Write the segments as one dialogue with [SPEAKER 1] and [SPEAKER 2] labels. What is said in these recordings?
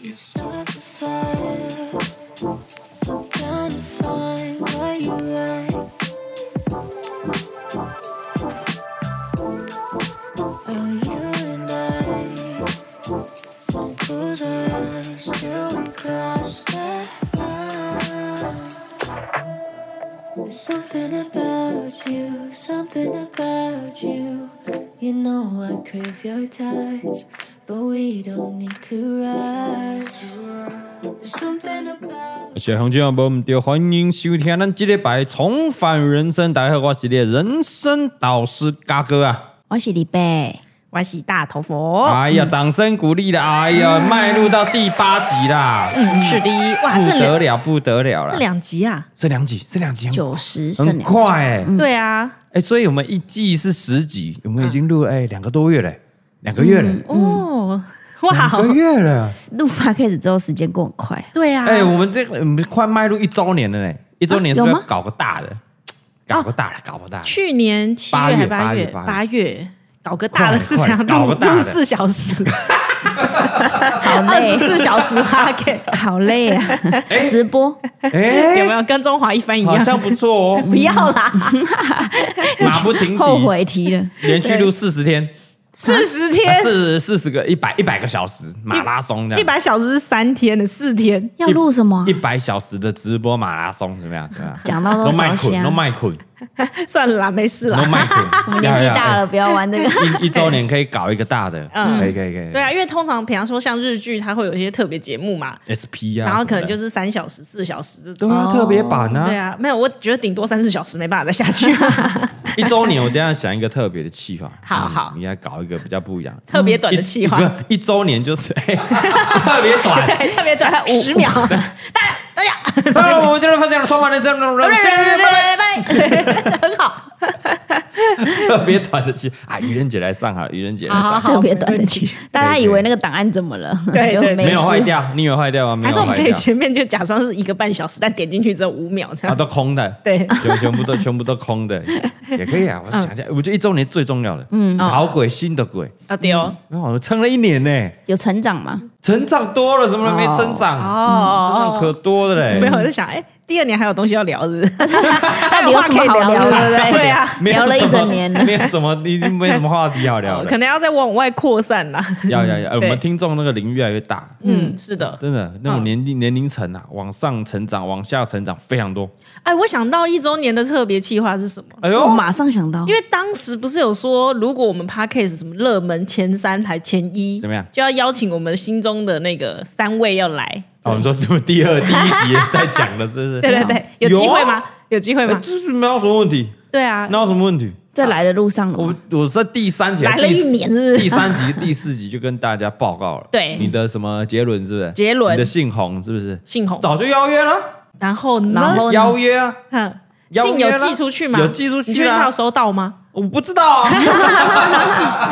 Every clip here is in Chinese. [SPEAKER 1] You start the fire. Trying to find what you like. Oh, you and I. Won't close our eyes till we cross that line. There's something about you, something about you. You know I crave your touch, but we don't need to rush. There's something about
[SPEAKER 2] 谢谢红军啊，我们就欢迎收听咱这礼拜《重返人生》，大家好，我是你的人生导师嘎哥啊！
[SPEAKER 3] 我是李贝，
[SPEAKER 4] 我是大头佛。
[SPEAKER 2] 哎呀，掌声鼓励的，哎呀，迈入到第八集啦，
[SPEAKER 4] 嗯，是的，哇，
[SPEAKER 2] 不
[SPEAKER 4] 剩
[SPEAKER 2] 得
[SPEAKER 4] 两
[SPEAKER 2] 了，不得了啦
[SPEAKER 4] 剩！两集啊。
[SPEAKER 2] 这两集，这两集很
[SPEAKER 3] 九十剩
[SPEAKER 2] 很
[SPEAKER 3] 两
[SPEAKER 2] 快哎、欸，哎、
[SPEAKER 4] 对啊，
[SPEAKER 2] 所以我们一季是十集，我们已经录了哎两、个多月嘞、两个月嘞、
[SPEAKER 4] 哦，
[SPEAKER 2] 两个
[SPEAKER 4] 哇，
[SPEAKER 2] 月了，
[SPEAKER 3] 录 podcast 之后时间过很快，
[SPEAKER 4] 对啊，
[SPEAKER 2] 哎、我们这个我们快迈入一周年了嘞、一周年是不是
[SPEAKER 3] 有
[SPEAKER 2] 要
[SPEAKER 3] 吗
[SPEAKER 2] 搞个大的？搞个大的，搞个大的。
[SPEAKER 4] 去年七
[SPEAKER 2] 八
[SPEAKER 4] 月
[SPEAKER 2] 月
[SPEAKER 4] 还八月，
[SPEAKER 2] 八月
[SPEAKER 4] 八月搞个大的
[SPEAKER 2] 快
[SPEAKER 4] 是怎样
[SPEAKER 2] 快搞
[SPEAKER 4] 录
[SPEAKER 2] 个 大的
[SPEAKER 4] 录四小时，
[SPEAKER 3] 好
[SPEAKER 4] 二十
[SPEAKER 3] 累，
[SPEAKER 4] 四小时哈给，
[SPEAKER 3] 好累 啊！
[SPEAKER 2] 哎
[SPEAKER 3] 直播
[SPEAKER 2] 哎、
[SPEAKER 4] 有没有跟中华一番一
[SPEAKER 2] 好
[SPEAKER 4] 样？
[SPEAKER 2] 像不错哦，
[SPEAKER 4] 不要 啦，
[SPEAKER 2] 马不停蹄，
[SPEAKER 3] 后悔提了，
[SPEAKER 2] 连续录四十天，啊
[SPEAKER 4] 四十天，
[SPEAKER 2] 四四十个一百一百个小时马拉松这样，
[SPEAKER 4] 一百小时是三天的，四天
[SPEAKER 3] 要录什么啊
[SPEAKER 2] 一？百小时的直播马拉松怎么样？怎么样？
[SPEAKER 3] 讲到都
[SPEAKER 2] 都卖
[SPEAKER 3] 烧
[SPEAKER 2] 捆，都
[SPEAKER 3] 香。
[SPEAKER 2] 卖捆，
[SPEAKER 4] 算了啦，没事
[SPEAKER 2] 都
[SPEAKER 4] 啦。
[SPEAKER 2] 卖啊捆。
[SPEAKER 3] 我 们年纪
[SPEAKER 2] 要
[SPEAKER 3] 大，
[SPEAKER 2] 要
[SPEAKER 3] 了，不要玩这个。
[SPEAKER 2] 哎一一周年可以搞一个大的，
[SPEAKER 4] 嗯
[SPEAKER 2] 可以可以可以。
[SPEAKER 4] 对啊，因为通常比方说像日剧，它会有一些特别节目嘛，
[SPEAKER 2] ，SP 啊，
[SPEAKER 4] 然后可能就是是三小时、四小时这种。
[SPEAKER 2] 对啊，
[SPEAKER 3] 哦
[SPEAKER 2] 特别版
[SPEAKER 4] 对
[SPEAKER 2] 啊，
[SPEAKER 4] 啊，没有，我觉得顶多三四小时，没办法再下去。
[SPEAKER 2] 一周年我等一下想一个特别的计划，
[SPEAKER 4] 好
[SPEAKER 2] 嗯
[SPEAKER 4] 好
[SPEAKER 2] 你要搞一个比较不一样。
[SPEAKER 4] 特别短的
[SPEAKER 2] 一
[SPEAKER 4] 气话
[SPEAKER 2] 不，是一周年就是哎 特别短，
[SPEAKER 4] 对， 特别短，十秒。大家，大 家，
[SPEAKER 2] 那啊我们就是分享充满了这种
[SPEAKER 4] 拜拜，很好，
[SPEAKER 2] 特别短的期 啊，愚人节来上好了，愚人节来上，
[SPEAKER 4] 好
[SPEAKER 3] 特别短的剧，大家
[SPEAKER 2] 对
[SPEAKER 3] 以
[SPEAKER 2] 对
[SPEAKER 3] 为那个档案怎么了？
[SPEAKER 4] 对
[SPEAKER 3] 就
[SPEAKER 4] 对
[SPEAKER 3] 没
[SPEAKER 2] 没有
[SPEAKER 3] 事
[SPEAKER 2] 坏掉，你以为坏掉吗？啊没
[SPEAKER 4] 还是
[SPEAKER 2] 有
[SPEAKER 4] 我们
[SPEAKER 2] 坏
[SPEAKER 4] 可以
[SPEAKER 2] 掉，
[SPEAKER 4] 前面就假装是一个半小时，但点进去只有五秒这
[SPEAKER 2] 啊，
[SPEAKER 4] 样。
[SPEAKER 2] 都空的，
[SPEAKER 4] 对
[SPEAKER 2] 全全部都全部都空 的，也可以啊。我想一下，我觉得一周年最重要的，嗯，老鬼新的鬼，
[SPEAKER 4] 啊对哦，
[SPEAKER 2] 然后我撑了一年呢，
[SPEAKER 3] 有成长吗？
[SPEAKER 2] 成长多了，怎么能没成长？成长
[SPEAKER 4] 哦，
[SPEAKER 2] 可多的嘞，
[SPEAKER 4] 没有，我在想，哎，第二年还有东西要聊，是不是？
[SPEAKER 3] 到底有什么好聊的？对不对？
[SPEAKER 4] 对啊，
[SPEAKER 2] 没有
[SPEAKER 3] 聊了一
[SPEAKER 2] 什么
[SPEAKER 3] 整年了
[SPEAKER 2] 没有什么，已经没什么话题好 聊了
[SPEAKER 4] 哦可。能要再往外扩散啦。
[SPEAKER 2] 要要要，呃我
[SPEAKER 4] 对
[SPEAKER 2] 们听众那个龄越来越大，
[SPEAKER 4] 嗯，是的。
[SPEAKER 2] 真的那种年龄年龄层啊，往上成长，往下成长非常多。
[SPEAKER 4] 哎，我想到一周年的特别计划是什么？
[SPEAKER 2] 哎
[SPEAKER 3] 我
[SPEAKER 2] 呦，
[SPEAKER 3] 马上想到，
[SPEAKER 4] 因为当时不是有说，如果我们 podcast 什么热门前三还前一
[SPEAKER 2] 怎么样
[SPEAKER 4] 就要邀请我们心中的那个三位 要来。
[SPEAKER 2] 哦，你说你们第 二、第一集在讲的，是不是？
[SPEAKER 4] 对对对，有机会
[SPEAKER 2] 啊有
[SPEAKER 4] 吗？有机会
[SPEAKER 2] 哎
[SPEAKER 4] 吗？
[SPEAKER 2] 这是没有什么问题，
[SPEAKER 4] 对啊，
[SPEAKER 2] 那有什么问题？
[SPEAKER 3] 在来的路上了
[SPEAKER 2] 我
[SPEAKER 3] 吗，
[SPEAKER 2] 我在第三集
[SPEAKER 4] 来了一年是不是
[SPEAKER 2] 第三集、第四集就跟大家报告了。
[SPEAKER 4] 对
[SPEAKER 2] 你的什么杰伦是不是？
[SPEAKER 4] 杰伦
[SPEAKER 2] 你的姓洪是不是？
[SPEAKER 4] 信红，
[SPEAKER 2] 早就邀约了，
[SPEAKER 4] 然后呢？
[SPEAKER 3] 然后呢
[SPEAKER 2] 邀约啊，
[SPEAKER 4] 哼
[SPEAKER 2] 邀约
[SPEAKER 4] 信有
[SPEAKER 2] 了
[SPEAKER 4] 寄出去吗？
[SPEAKER 2] 有寄出去啊
[SPEAKER 4] 你确定他有收到吗？
[SPEAKER 2] 我不知道啊。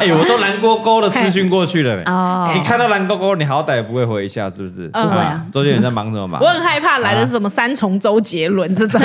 [SPEAKER 2] 哎，我都蓝勾勾的私讯过去了嘞。
[SPEAKER 3] 哦
[SPEAKER 2] 你看到蓝勾勾，你好歹也不会回一下，是不是？
[SPEAKER 4] 嗯
[SPEAKER 2] 不
[SPEAKER 3] 会啊。
[SPEAKER 2] 周杰伦在忙什么忙
[SPEAKER 4] 我？很害怕来的是什么三重周杰伦这种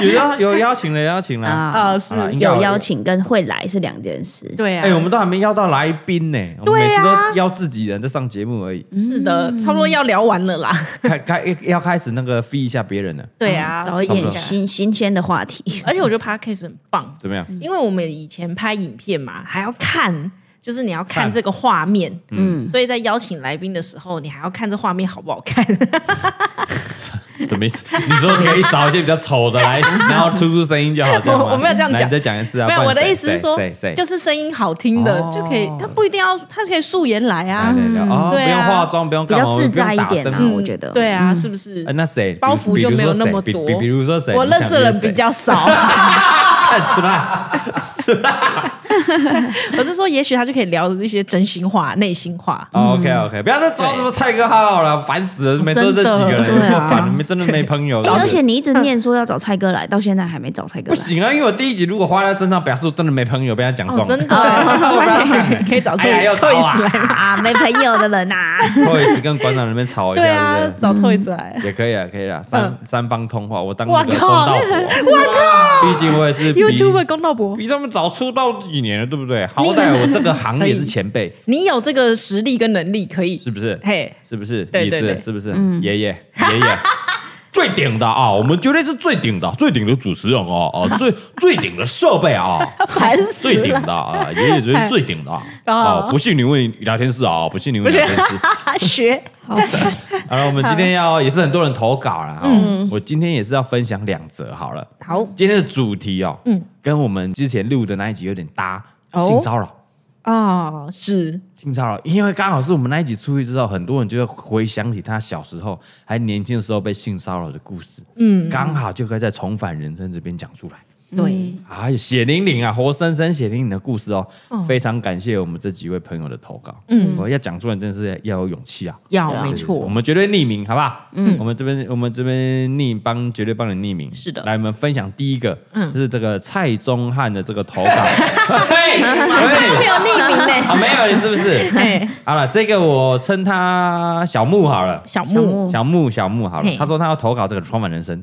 [SPEAKER 2] 有邀有邀请了，邀请了。
[SPEAKER 3] 啊，
[SPEAKER 4] 啊， 是
[SPEAKER 2] 好啦应该
[SPEAKER 3] 有邀请跟会来是两件事。
[SPEAKER 4] 对啊
[SPEAKER 2] 哎，，我们都还没邀到来宾呢，我们每次都邀自己人在上节目而已。
[SPEAKER 4] 是的，差不多要聊完了啦。
[SPEAKER 2] 开开要开始那个 f 一下别人了，
[SPEAKER 4] 对啊，
[SPEAKER 3] 找一
[SPEAKER 2] 差不
[SPEAKER 3] 点
[SPEAKER 2] 多
[SPEAKER 3] 新新鲜的话题。
[SPEAKER 4] 而且我觉得 podcast 很棒，
[SPEAKER 2] 怎么样？
[SPEAKER 4] 因为我们以前拍影片嘛，还要看，就是你要看
[SPEAKER 2] 看
[SPEAKER 4] 这个画面，
[SPEAKER 3] 嗯，
[SPEAKER 4] 所以在邀请来宾的时候，你还要看这画面好不好看。
[SPEAKER 2] 什么意思？你说可以找一些比较丑的 来，然后出出声音就好，这样吗
[SPEAKER 4] 我我没有这样讲
[SPEAKER 2] 来你再讲一次啊！
[SPEAKER 4] 没有，
[SPEAKER 2] 不然
[SPEAKER 4] 我的
[SPEAKER 2] 谁
[SPEAKER 4] 意思是说
[SPEAKER 2] 谁谁，谁
[SPEAKER 4] 就是声音好听的
[SPEAKER 2] 哦
[SPEAKER 4] 就可以，他不一定要，他可以素颜来
[SPEAKER 2] 来
[SPEAKER 4] 啊，
[SPEAKER 2] 来聊哦，不
[SPEAKER 4] 对啊
[SPEAKER 2] 用化妆，不用
[SPEAKER 3] 比
[SPEAKER 2] 干
[SPEAKER 3] 较
[SPEAKER 2] 嘛，
[SPEAKER 3] 自在一点
[SPEAKER 2] 不用打
[SPEAKER 3] 啊
[SPEAKER 2] 灯
[SPEAKER 3] 我觉得
[SPEAKER 4] 对啊，是不是
[SPEAKER 2] 哎？那谁
[SPEAKER 4] 包袱就没有那么多
[SPEAKER 2] 比比比如说谁？
[SPEAKER 4] 我认识的人比较少，
[SPEAKER 2] 看死啦，
[SPEAKER 4] 我是说，也许他就可以聊一些真心话、内心话。
[SPEAKER 2] 哦 OK OK，不要再找什么蔡哥号了，烦死
[SPEAKER 4] 哦
[SPEAKER 2] 了！每周这几个人，
[SPEAKER 3] 真的对啊
[SPEAKER 2] 烦了，没真的没朋友。
[SPEAKER 3] 哎而且你一
[SPEAKER 4] 嗯
[SPEAKER 3] 直念说要找蔡哥来，到现在还没找蔡哥
[SPEAKER 2] 不
[SPEAKER 3] 来。
[SPEAKER 2] 行啊，因为我第一集如果花在身上，表示我真的没朋友，被他讲中
[SPEAKER 4] 哦
[SPEAKER 2] 了。，
[SPEAKER 4] 真的，
[SPEAKER 2] 我不要呛
[SPEAKER 4] 哎
[SPEAKER 2] 了
[SPEAKER 4] 可以找出
[SPEAKER 2] 哎呀又找啊
[SPEAKER 4] Toys 来。
[SPEAKER 3] 啊， 没朋友的人啊呐、
[SPEAKER 2] 不好意思，跟馆长那边吵一下，
[SPEAKER 4] 对啊
[SPEAKER 2] 对，不对
[SPEAKER 4] 找 Toys 来。
[SPEAKER 2] 也可以啊，可以啊，三
[SPEAKER 4] 嗯
[SPEAKER 2] 三方通话，我当那个
[SPEAKER 4] 哇
[SPEAKER 2] 公
[SPEAKER 4] 靠
[SPEAKER 2] 道婆，我靠，毕竟我也是
[SPEAKER 4] 因为 YouTuber 公道博，
[SPEAKER 2] 比他们早出道几年了，对不对？好歹我这个行也是前辈，
[SPEAKER 4] 你有这个实力跟能力，可 以
[SPEAKER 2] 是不是？
[SPEAKER 4] 嘿，
[SPEAKER 2] 是不是？
[SPEAKER 4] 对
[SPEAKER 2] 你
[SPEAKER 4] 对
[SPEAKER 2] 是
[SPEAKER 4] 对嗯
[SPEAKER 2] 是不是？爷爷爷爷。 最顶的啊，我们绝对是最顶的，最顶的主持人哦，哦，最最顶的设备啊，
[SPEAKER 4] 烦 死
[SPEAKER 2] 最顶的啊，爷爷觉得最顶的啊，哦，不信你问聊天室啊，不信你问聊天室。
[SPEAKER 4] 大学
[SPEAKER 2] 好了，我们今天要也是很多人投稿了啊、我今天也是要分享两则好了。
[SPEAKER 4] 好
[SPEAKER 2] 今天的主题哦，嗯，跟我们之前录的那一集有点搭，
[SPEAKER 4] 哦
[SPEAKER 2] 性骚扰。
[SPEAKER 4] 啊，是
[SPEAKER 2] 性骚扰，因为刚好是我们那一集出去之后，很多人就会回想起他小时候还年轻的时候被性骚扰的故事，嗯，刚好就可以在重返人生这边讲出来。
[SPEAKER 4] 对，
[SPEAKER 2] 哎，血淋淋啊，活生生血淋淋的故事哦，
[SPEAKER 4] 嗯
[SPEAKER 2] 非常感谢我们这几位朋友的投稿，嗯，我要讲出来真的是要有勇气啊，
[SPEAKER 4] 要没
[SPEAKER 2] 我
[SPEAKER 4] 错，
[SPEAKER 2] 们绝对匿名，好不好？嗯，我们这边我们这边匿帮绝对帮你匿名。
[SPEAKER 4] 是的嗯
[SPEAKER 2] 来，我们分享第一个，是这个蔡宗翰的这个投稿。 嘿，没有匿名 呢？啊，没有，是不是？好了，这个我称他小木好了，
[SPEAKER 4] 小
[SPEAKER 3] 小
[SPEAKER 4] 木
[SPEAKER 3] 木
[SPEAKER 2] 小木小木好了
[SPEAKER 4] 嘿。啊
[SPEAKER 2] 他说他要投稿这个重返人生。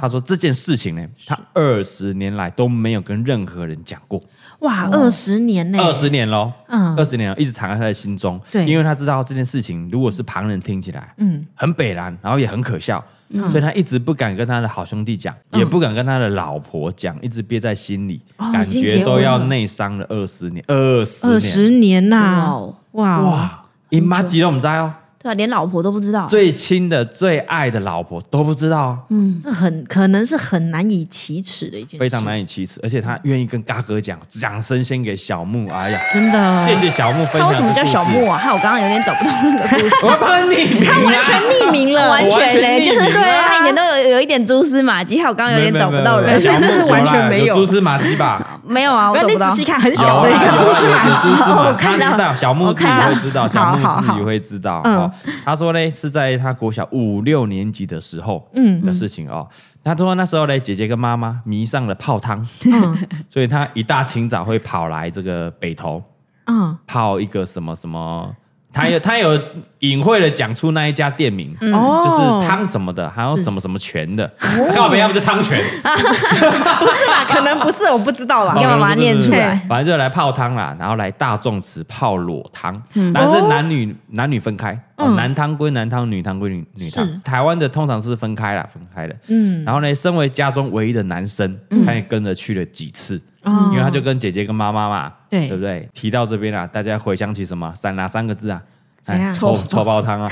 [SPEAKER 2] 他说这件事情呢，他二十年来都没有跟任何人讲过。
[SPEAKER 4] 哇，二十年呢，
[SPEAKER 2] 二十年喽，
[SPEAKER 4] 嗯
[SPEAKER 2] 二十年了，一直藏在他的心中。
[SPEAKER 4] 对
[SPEAKER 2] 因为他知道这件事情，如果是旁人听起来，嗯，很北然，然后也很可笑，
[SPEAKER 4] 嗯
[SPEAKER 2] 所以他一直不敢跟他的好兄弟讲，也不敢跟他的老婆讲，一直憋在心里，
[SPEAKER 4] 哦
[SPEAKER 2] 感
[SPEAKER 4] 已经
[SPEAKER 2] 觉
[SPEAKER 4] 结
[SPEAKER 2] 都
[SPEAKER 4] 婚
[SPEAKER 2] 要
[SPEAKER 4] 了
[SPEAKER 2] 内伤了二十年，二十
[SPEAKER 4] 二
[SPEAKER 2] 年，
[SPEAKER 4] 十年
[SPEAKER 3] 哇
[SPEAKER 4] 呐
[SPEAKER 3] 哦，
[SPEAKER 4] 哇哇，
[SPEAKER 2] 哇！你妈急了，我们知哦，
[SPEAKER 3] 对啊，连老婆都不知道，
[SPEAKER 2] 最亲的、最爱的老婆都不知道哦，
[SPEAKER 3] 嗯
[SPEAKER 4] 这很可能是很难以启齿的一件事，
[SPEAKER 2] 非常难以启齿。而且他愿意跟嘎哥讲，掌声先给小木。哎呀，
[SPEAKER 4] 真的，
[SPEAKER 2] 谢谢小木分
[SPEAKER 3] 嗯
[SPEAKER 2] 享。
[SPEAKER 3] 他为什么叫小木？啊？害我刚刚有点找不到那个 故事。
[SPEAKER 2] 我帮你，他完
[SPEAKER 4] 全匿名了，
[SPEAKER 3] 完
[SPEAKER 2] 我完全匿
[SPEAKER 3] 全嘞，
[SPEAKER 2] 名
[SPEAKER 3] 就是
[SPEAKER 2] 对啊
[SPEAKER 3] 他以前都有有一点蛛丝马迹，害我刚刚有点找不到人
[SPEAKER 2] 没，有没有没有
[SPEAKER 4] 这是完全没有
[SPEAKER 2] 有蛛丝马迹吧？
[SPEAKER 3] 没有啊，我
[SPEAKER 4] 不要
[SPEAKER 3] 找
[SPEAKER 4] 你
[SPEAKER 3] 不到
[SPEAKER 4] 仔。细看，很小的一个
[SPEAKER 2] 有啦
[SPEAKER 4] 蛛丝马迹
[SPEAKER 2] 有蛛丝马
[SPEAKER 3] 哦我
[SPEAKER 2] 迹
[SPEAKER 3] 看到
[SPEAKER 2] 他知道，小木
[SPEAKER 3] 我
[SPEAKER 2] 自己
[SPEAKER 3] 看到
[SPEAKER 2] 会知道，小
[SPEAKER 4] 好
[SPEAKER 2] 木
[SPEAKER 4] 好
[SPEAKER 2] 自己
[SPEAKER 4] 好
[SPEAKER 2] 会知道。
[SPEAKER 4] 嗯
[SPEAKER 2] 哦，他说呢，是在他国小五六年级的时候，嗯的事情哦。他说那时候呢，姐姐跟妈妈迷上了泡汤，
[SPEAKER 3] 嗯
[SPEAKER 2] 所以他一大清早会跑来这个北投
[SPEAKER 4] 嗯，
[SPEAKER 2] 泡一个什么什么。他有他有隐晦的讲出那一家店名，
[SPEAKER 3] 嗯
[SPEAKER 4] 哦
[SPEAKER 2] 嗯就是汤什么的，还有什么什么泉的，靠北要不就汤 泉，
[SPEAKER 4] 不是啦，可能不是，我不知道啦
[SPEAKER 3] 你。干嘛把它
[SPEAKER 2] 不是
[SPEAKER 3] 念出
[SPEAKER 2] 不是
[SPEAKER 3] 来？
[SPEAKER 2] 不是反正就来泡汤啦，然后来大众池泡裸汤，
[SPEAKER 3] 嗯
[SPEAKER 2] 但是男女男女分开，哦，男汤归男汤，女汤归女女汤。台湾的通常是分开啦，分开的。嗯，然后呢，身为家中唯一的男生，
[SPEAKER 3] 嗯
[SPEAKER 2] 他也跟着去了几次，
[SPEAKER 4] 哦
[SPEAKER 2] 因为他就跟姐姐跟妈妈嘛，
[SPEAKER 4] 对
[SPEAKER 2] 对不对？提到这边啦，大家回想起什么？三哪三个字啊？
[SPEAKER 4] 怎样
[SPEAKER 2] 臭臭煲汤 啊！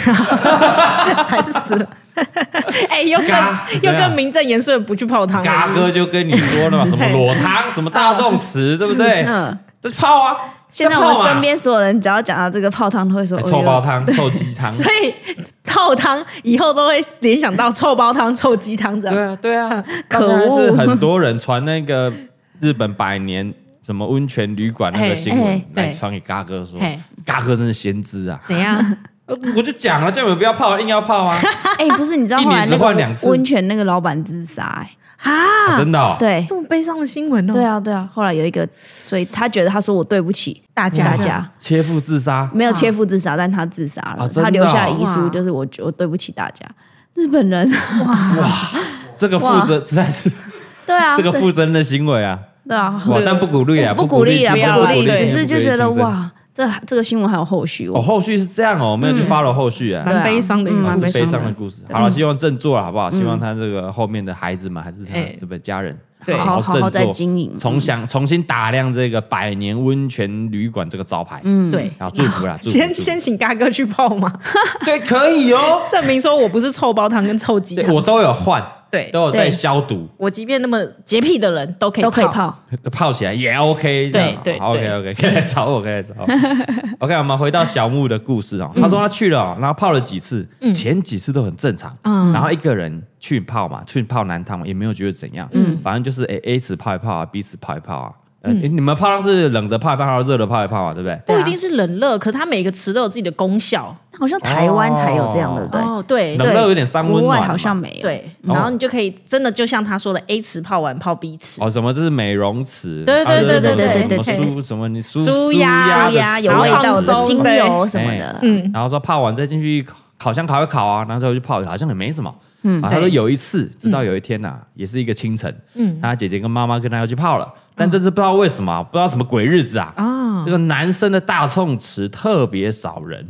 [SPEAKER 4] 还是死了。哎，又跟
[SPEAKER 2] 嘎
[SPEAKER 4] 又
[SPEAKER 2] 怎样
[SPEAKER 4] 跟名正言顺不去泡汤了，
[SPEAKER 2] 嘎哥就跟你说了嘛， 什么裸汤，什么大众池，对不对？
[SPEAKER 3] 嗯，
[SPEAKER 2] 这泡啊！
[SPEAKER 3] 现在
[SPEAKER 2] 这泡
[SPEAKER 3] 我
[SPEAKER 2] 嘛
[SPEAKER 3] 身边所有人只要讲到这个泡汤，都会说
[SPEAKER 2] 哎臭煲。
[SPEAKER 3] 哎呦
[SPEAKER 2] 汤、臭鸡汤，
[SPEAKER 4] 所以臭汤以后都会联想到臭煲汤、臭鸡汤这
[SPEAKER 2] 对
[SPEAKER 4] 样。
[SPEAKER 2] 啊，对啊，
[SPEAKER 3] 可
[SPEAKER 2] 当然是
[SPEAKER 3] 恶
[SPEAKER 2] 很多人传那个日本百年什么温泉旅馆那个新
[SPEAKER 3] 嘿
[SPEAKER 2] 闻
[SPEAKER 3] 嘿
[SPEAKER 2] 来
[SPEAKER 4] 对
[SPEAKER 2] 传给嘎哥说
[SPEAKER 3] 哎
[SPEAKER 4] 嘿，
[SPEAKER 2] 嘎哥真是先知啊！
[SPEAKER 4] 怎样？
[SPEAKER 2] 呃我就讲了，叫你们不要泡，硬要泡 啊！
[SPEAKER 3] 哎，不是，你知道
[SPEAKER 2] 一
[SPEAKER 3] 后
[SPEAKER 2] 年
[SPEAKER 3] 来
[SPEAKER 2] 只
[SPEAKER 3] 那
[SPEAKER 2] 换两次
[SPEAKER 3] 个温泉那个老板自杀，哎，
[SPEAKER 4] 啊，
[SPEAKER 2] 真的哦，
[SPEAKER 3] 对
[SPEAKER 4] 这么悲伤的新闻哦！
[SPEAKER 3] 对啊，对啊。后来有一个，所以他觉得他说我对不起
[SPEAKER 4] 大家
[SPEAKER 3] 大
[SPEAKER 4] 这
[SPEAKER 3] 家，
[SPEAKER 4] 样
[SPEAKER 2] 哦切腹自杀，
[SPEAKER 3] 没有切腹自杀，但他自杀了
[SPEAKER 2] 啊，真的哦
[SPEAKER 3] 他留下遗书
[SPEAKER 4] 哇
[SPEAKER 3] 就是我我对不起大家，日本人，
[SPEAKER 2] 这个负责实在是
[SPEAKER 3] 对啊，
[SPEAKER 2] 这个
[SPEAKER 3] 对
[SPEAKER 2] 负责任的行为啊！
[SPEAKER 3] 对啊，
[SPEAKER 2] 哇，
[SPEAKER 4] 这
[SPEAKER 2] 但不鼓励啊，
[SPEAKER 3] 不
[SPEAKER 2] 鼓
[SPEAKER 3] 鼓励
[SPEAKER 2] 啊，
[SPEAKER 3] 啊，
[SPEAKER 4] 不
[SPEAKER 2] 不
[SPEAKER 4] 要
[SPEAKER 3] 不
[SPEAKER 2] 鼓
[SPEAKER 3] 鼓
[SPEAKER 2] 励
[SPEAKER 3] 励，
[SPEAKER 2] 新生，
[SPEAKER 3] 只是就觉得
[SPEAKER 2] 不鼓励新生。
[SPEAKER 3] 哇，这这个新闻还有后续，
[SPEAKER 2] 哦，
[SPEAKER 3] 我
[SPEAKER 2] 后续是这样哦，我没有去 follow 后续啊。
[SPEAKER 4] 蛮悲伤的一
[SPEAKER 3] 嗯
[SPEAKER 2] 啊
[SPEAKER 4] 个
[SPEAKER 3] 蛮
[SPEAKER 2] 是
[SPEAKER 3] 悲
[SPEAKER 2] 悲伤
[SPEAKER 3] 伤
[SPEAKER 2] 的
[SPEAKER 3] 的嗯
[SPEAKER 2] 故事。好了，希望振作了，好不好？希望他这个后面的孩子们，还是他
[SPEAKER 4] 哎
[SPEAKER 2] 这个家人，
[SPEAKER 4] 对
[SPEAKER 2] 好
[SPEAKER 3] 好好好
[SPEAKER 2] 振
[SPEAKER 3] 再
[SPEAKER 2] 作
[SPEAKER 3] 经营
[SPEAKER 2] 重想重新打量这个百年温泉旅馆这个招牌。嗯，
[SPEAKER 4] 对。
[SPEAKER 2] 好，祝福啦，祝福。
[SPEAKER 4] 先
[SPEAKER 2] 祝福
[SPEAKER 4] 先请嘎哥去泡嘛，
[SPEAKER 2] 对，可以哦。
[SPEAKER 4] 证明说我不是臭煲汤跟臭鸡
[SPEAKER 2] 对
[SPEAKER 4] 汤。
[SPEAKER 2] 我都有换，
[SPEAKER 4] 对
[SPEAKER 2] 都有在
[SPEAKER 3] 对
[SPEAKER 2] 消毒，
[SPEAKER 4] 我即便那么洁癖的人都可以
[SPEAKER 3] 都可以，泡。
[SPEAKER 2] 泡起来也 OK 这样。
[SPEAKER 4] 对对
[SPEAKER 2] ，OK
[SPEAKER 4] 对
[SPEAKER 2] OK，可以来找我，可以来找我。OK，我们回到小木的故事
[SPEAKER 3] 嗯
[SPEAKER 2] 哦。他说他去了哦，然后泡了几次，前几次都很正常，
[SPEAKER 3] 嗯
[SPEAKER 2] 然后一个人去泡嘛，去泡男汤嘛，也没有觉得怎样，
[SPEAKER 3] 嗯
[SPEAKER 2] 反正就是哎 A 池泡一泡啊，B 池泡一泡啊。呃，诶你们泡汤是冷的泡一泡，还是热的泡一泡嘛，对不对？
[SPEAKER 4] 不
[SPEAKER 3] 对啊
[SPEAKER 4] 一定是冷热，可它每个词都有自己的功效。
[SPEAKER 3] 好像台湾才有这样，对不对？
[SPEAKER 4] 哦，对
[SPEAKER 2] 冷
[SPEAKER 3] 对，
[SPEAKER 2] 热有点伤温
[SPEAKER 3] 国
[SPEAKER 2] 暖
[SPEAKER 3] 外
[SPEAKER 2] 嘛
[SPEAKER 3] 好像没有。，
[SPEAKER 4] 对，
[SPEAKER 2] 哦
[SPEAKER 4] 然后你就可以真的就像他说的，A 池泡完泡 B 池，
[SPEAKER 2] 哦，什么这是美容池？
[SPEAKER 4] 对
[SPEAKER 2] 啊
[SPEAKER 4] 对对
[SPEAKER 2] 这是
[SPEAKER 3] 对
[SPEAKER 2] 什
[SPEAKER 3] 对对对
[SPEAKER 2] 么舒什么你舒
[SPEAKER 4] 舒
[SPEAKER 2] 压
[SPEAKER 3] 压
[SPEAKER 4] 压
[SPEAKER 2] 的
[SPEAKER 3] 压
[SPEAKER 2] 池
[SPEAKER 3] 有味道
[SPEAKER 4] 放
[SPEAKER 3] 的
[SPEAKER 4] 松
[SPEAKER 3] 精
[SPEAKER 4] 对
[SPEAKER 3] 油什么的，
[SPEAKER 2] 嗯然后说泡完再进去烤箱烤一烤啊，然后就去泡，好像也没什么。嗯，啊，他说有一次，直到有一天呐、也是一个清晨，嗯，他姐姐跟妈妈跟他要去泡了，但这次不知道为什么，不知道什么鬼日子啊，啊，这个男生的大冲池特别少人。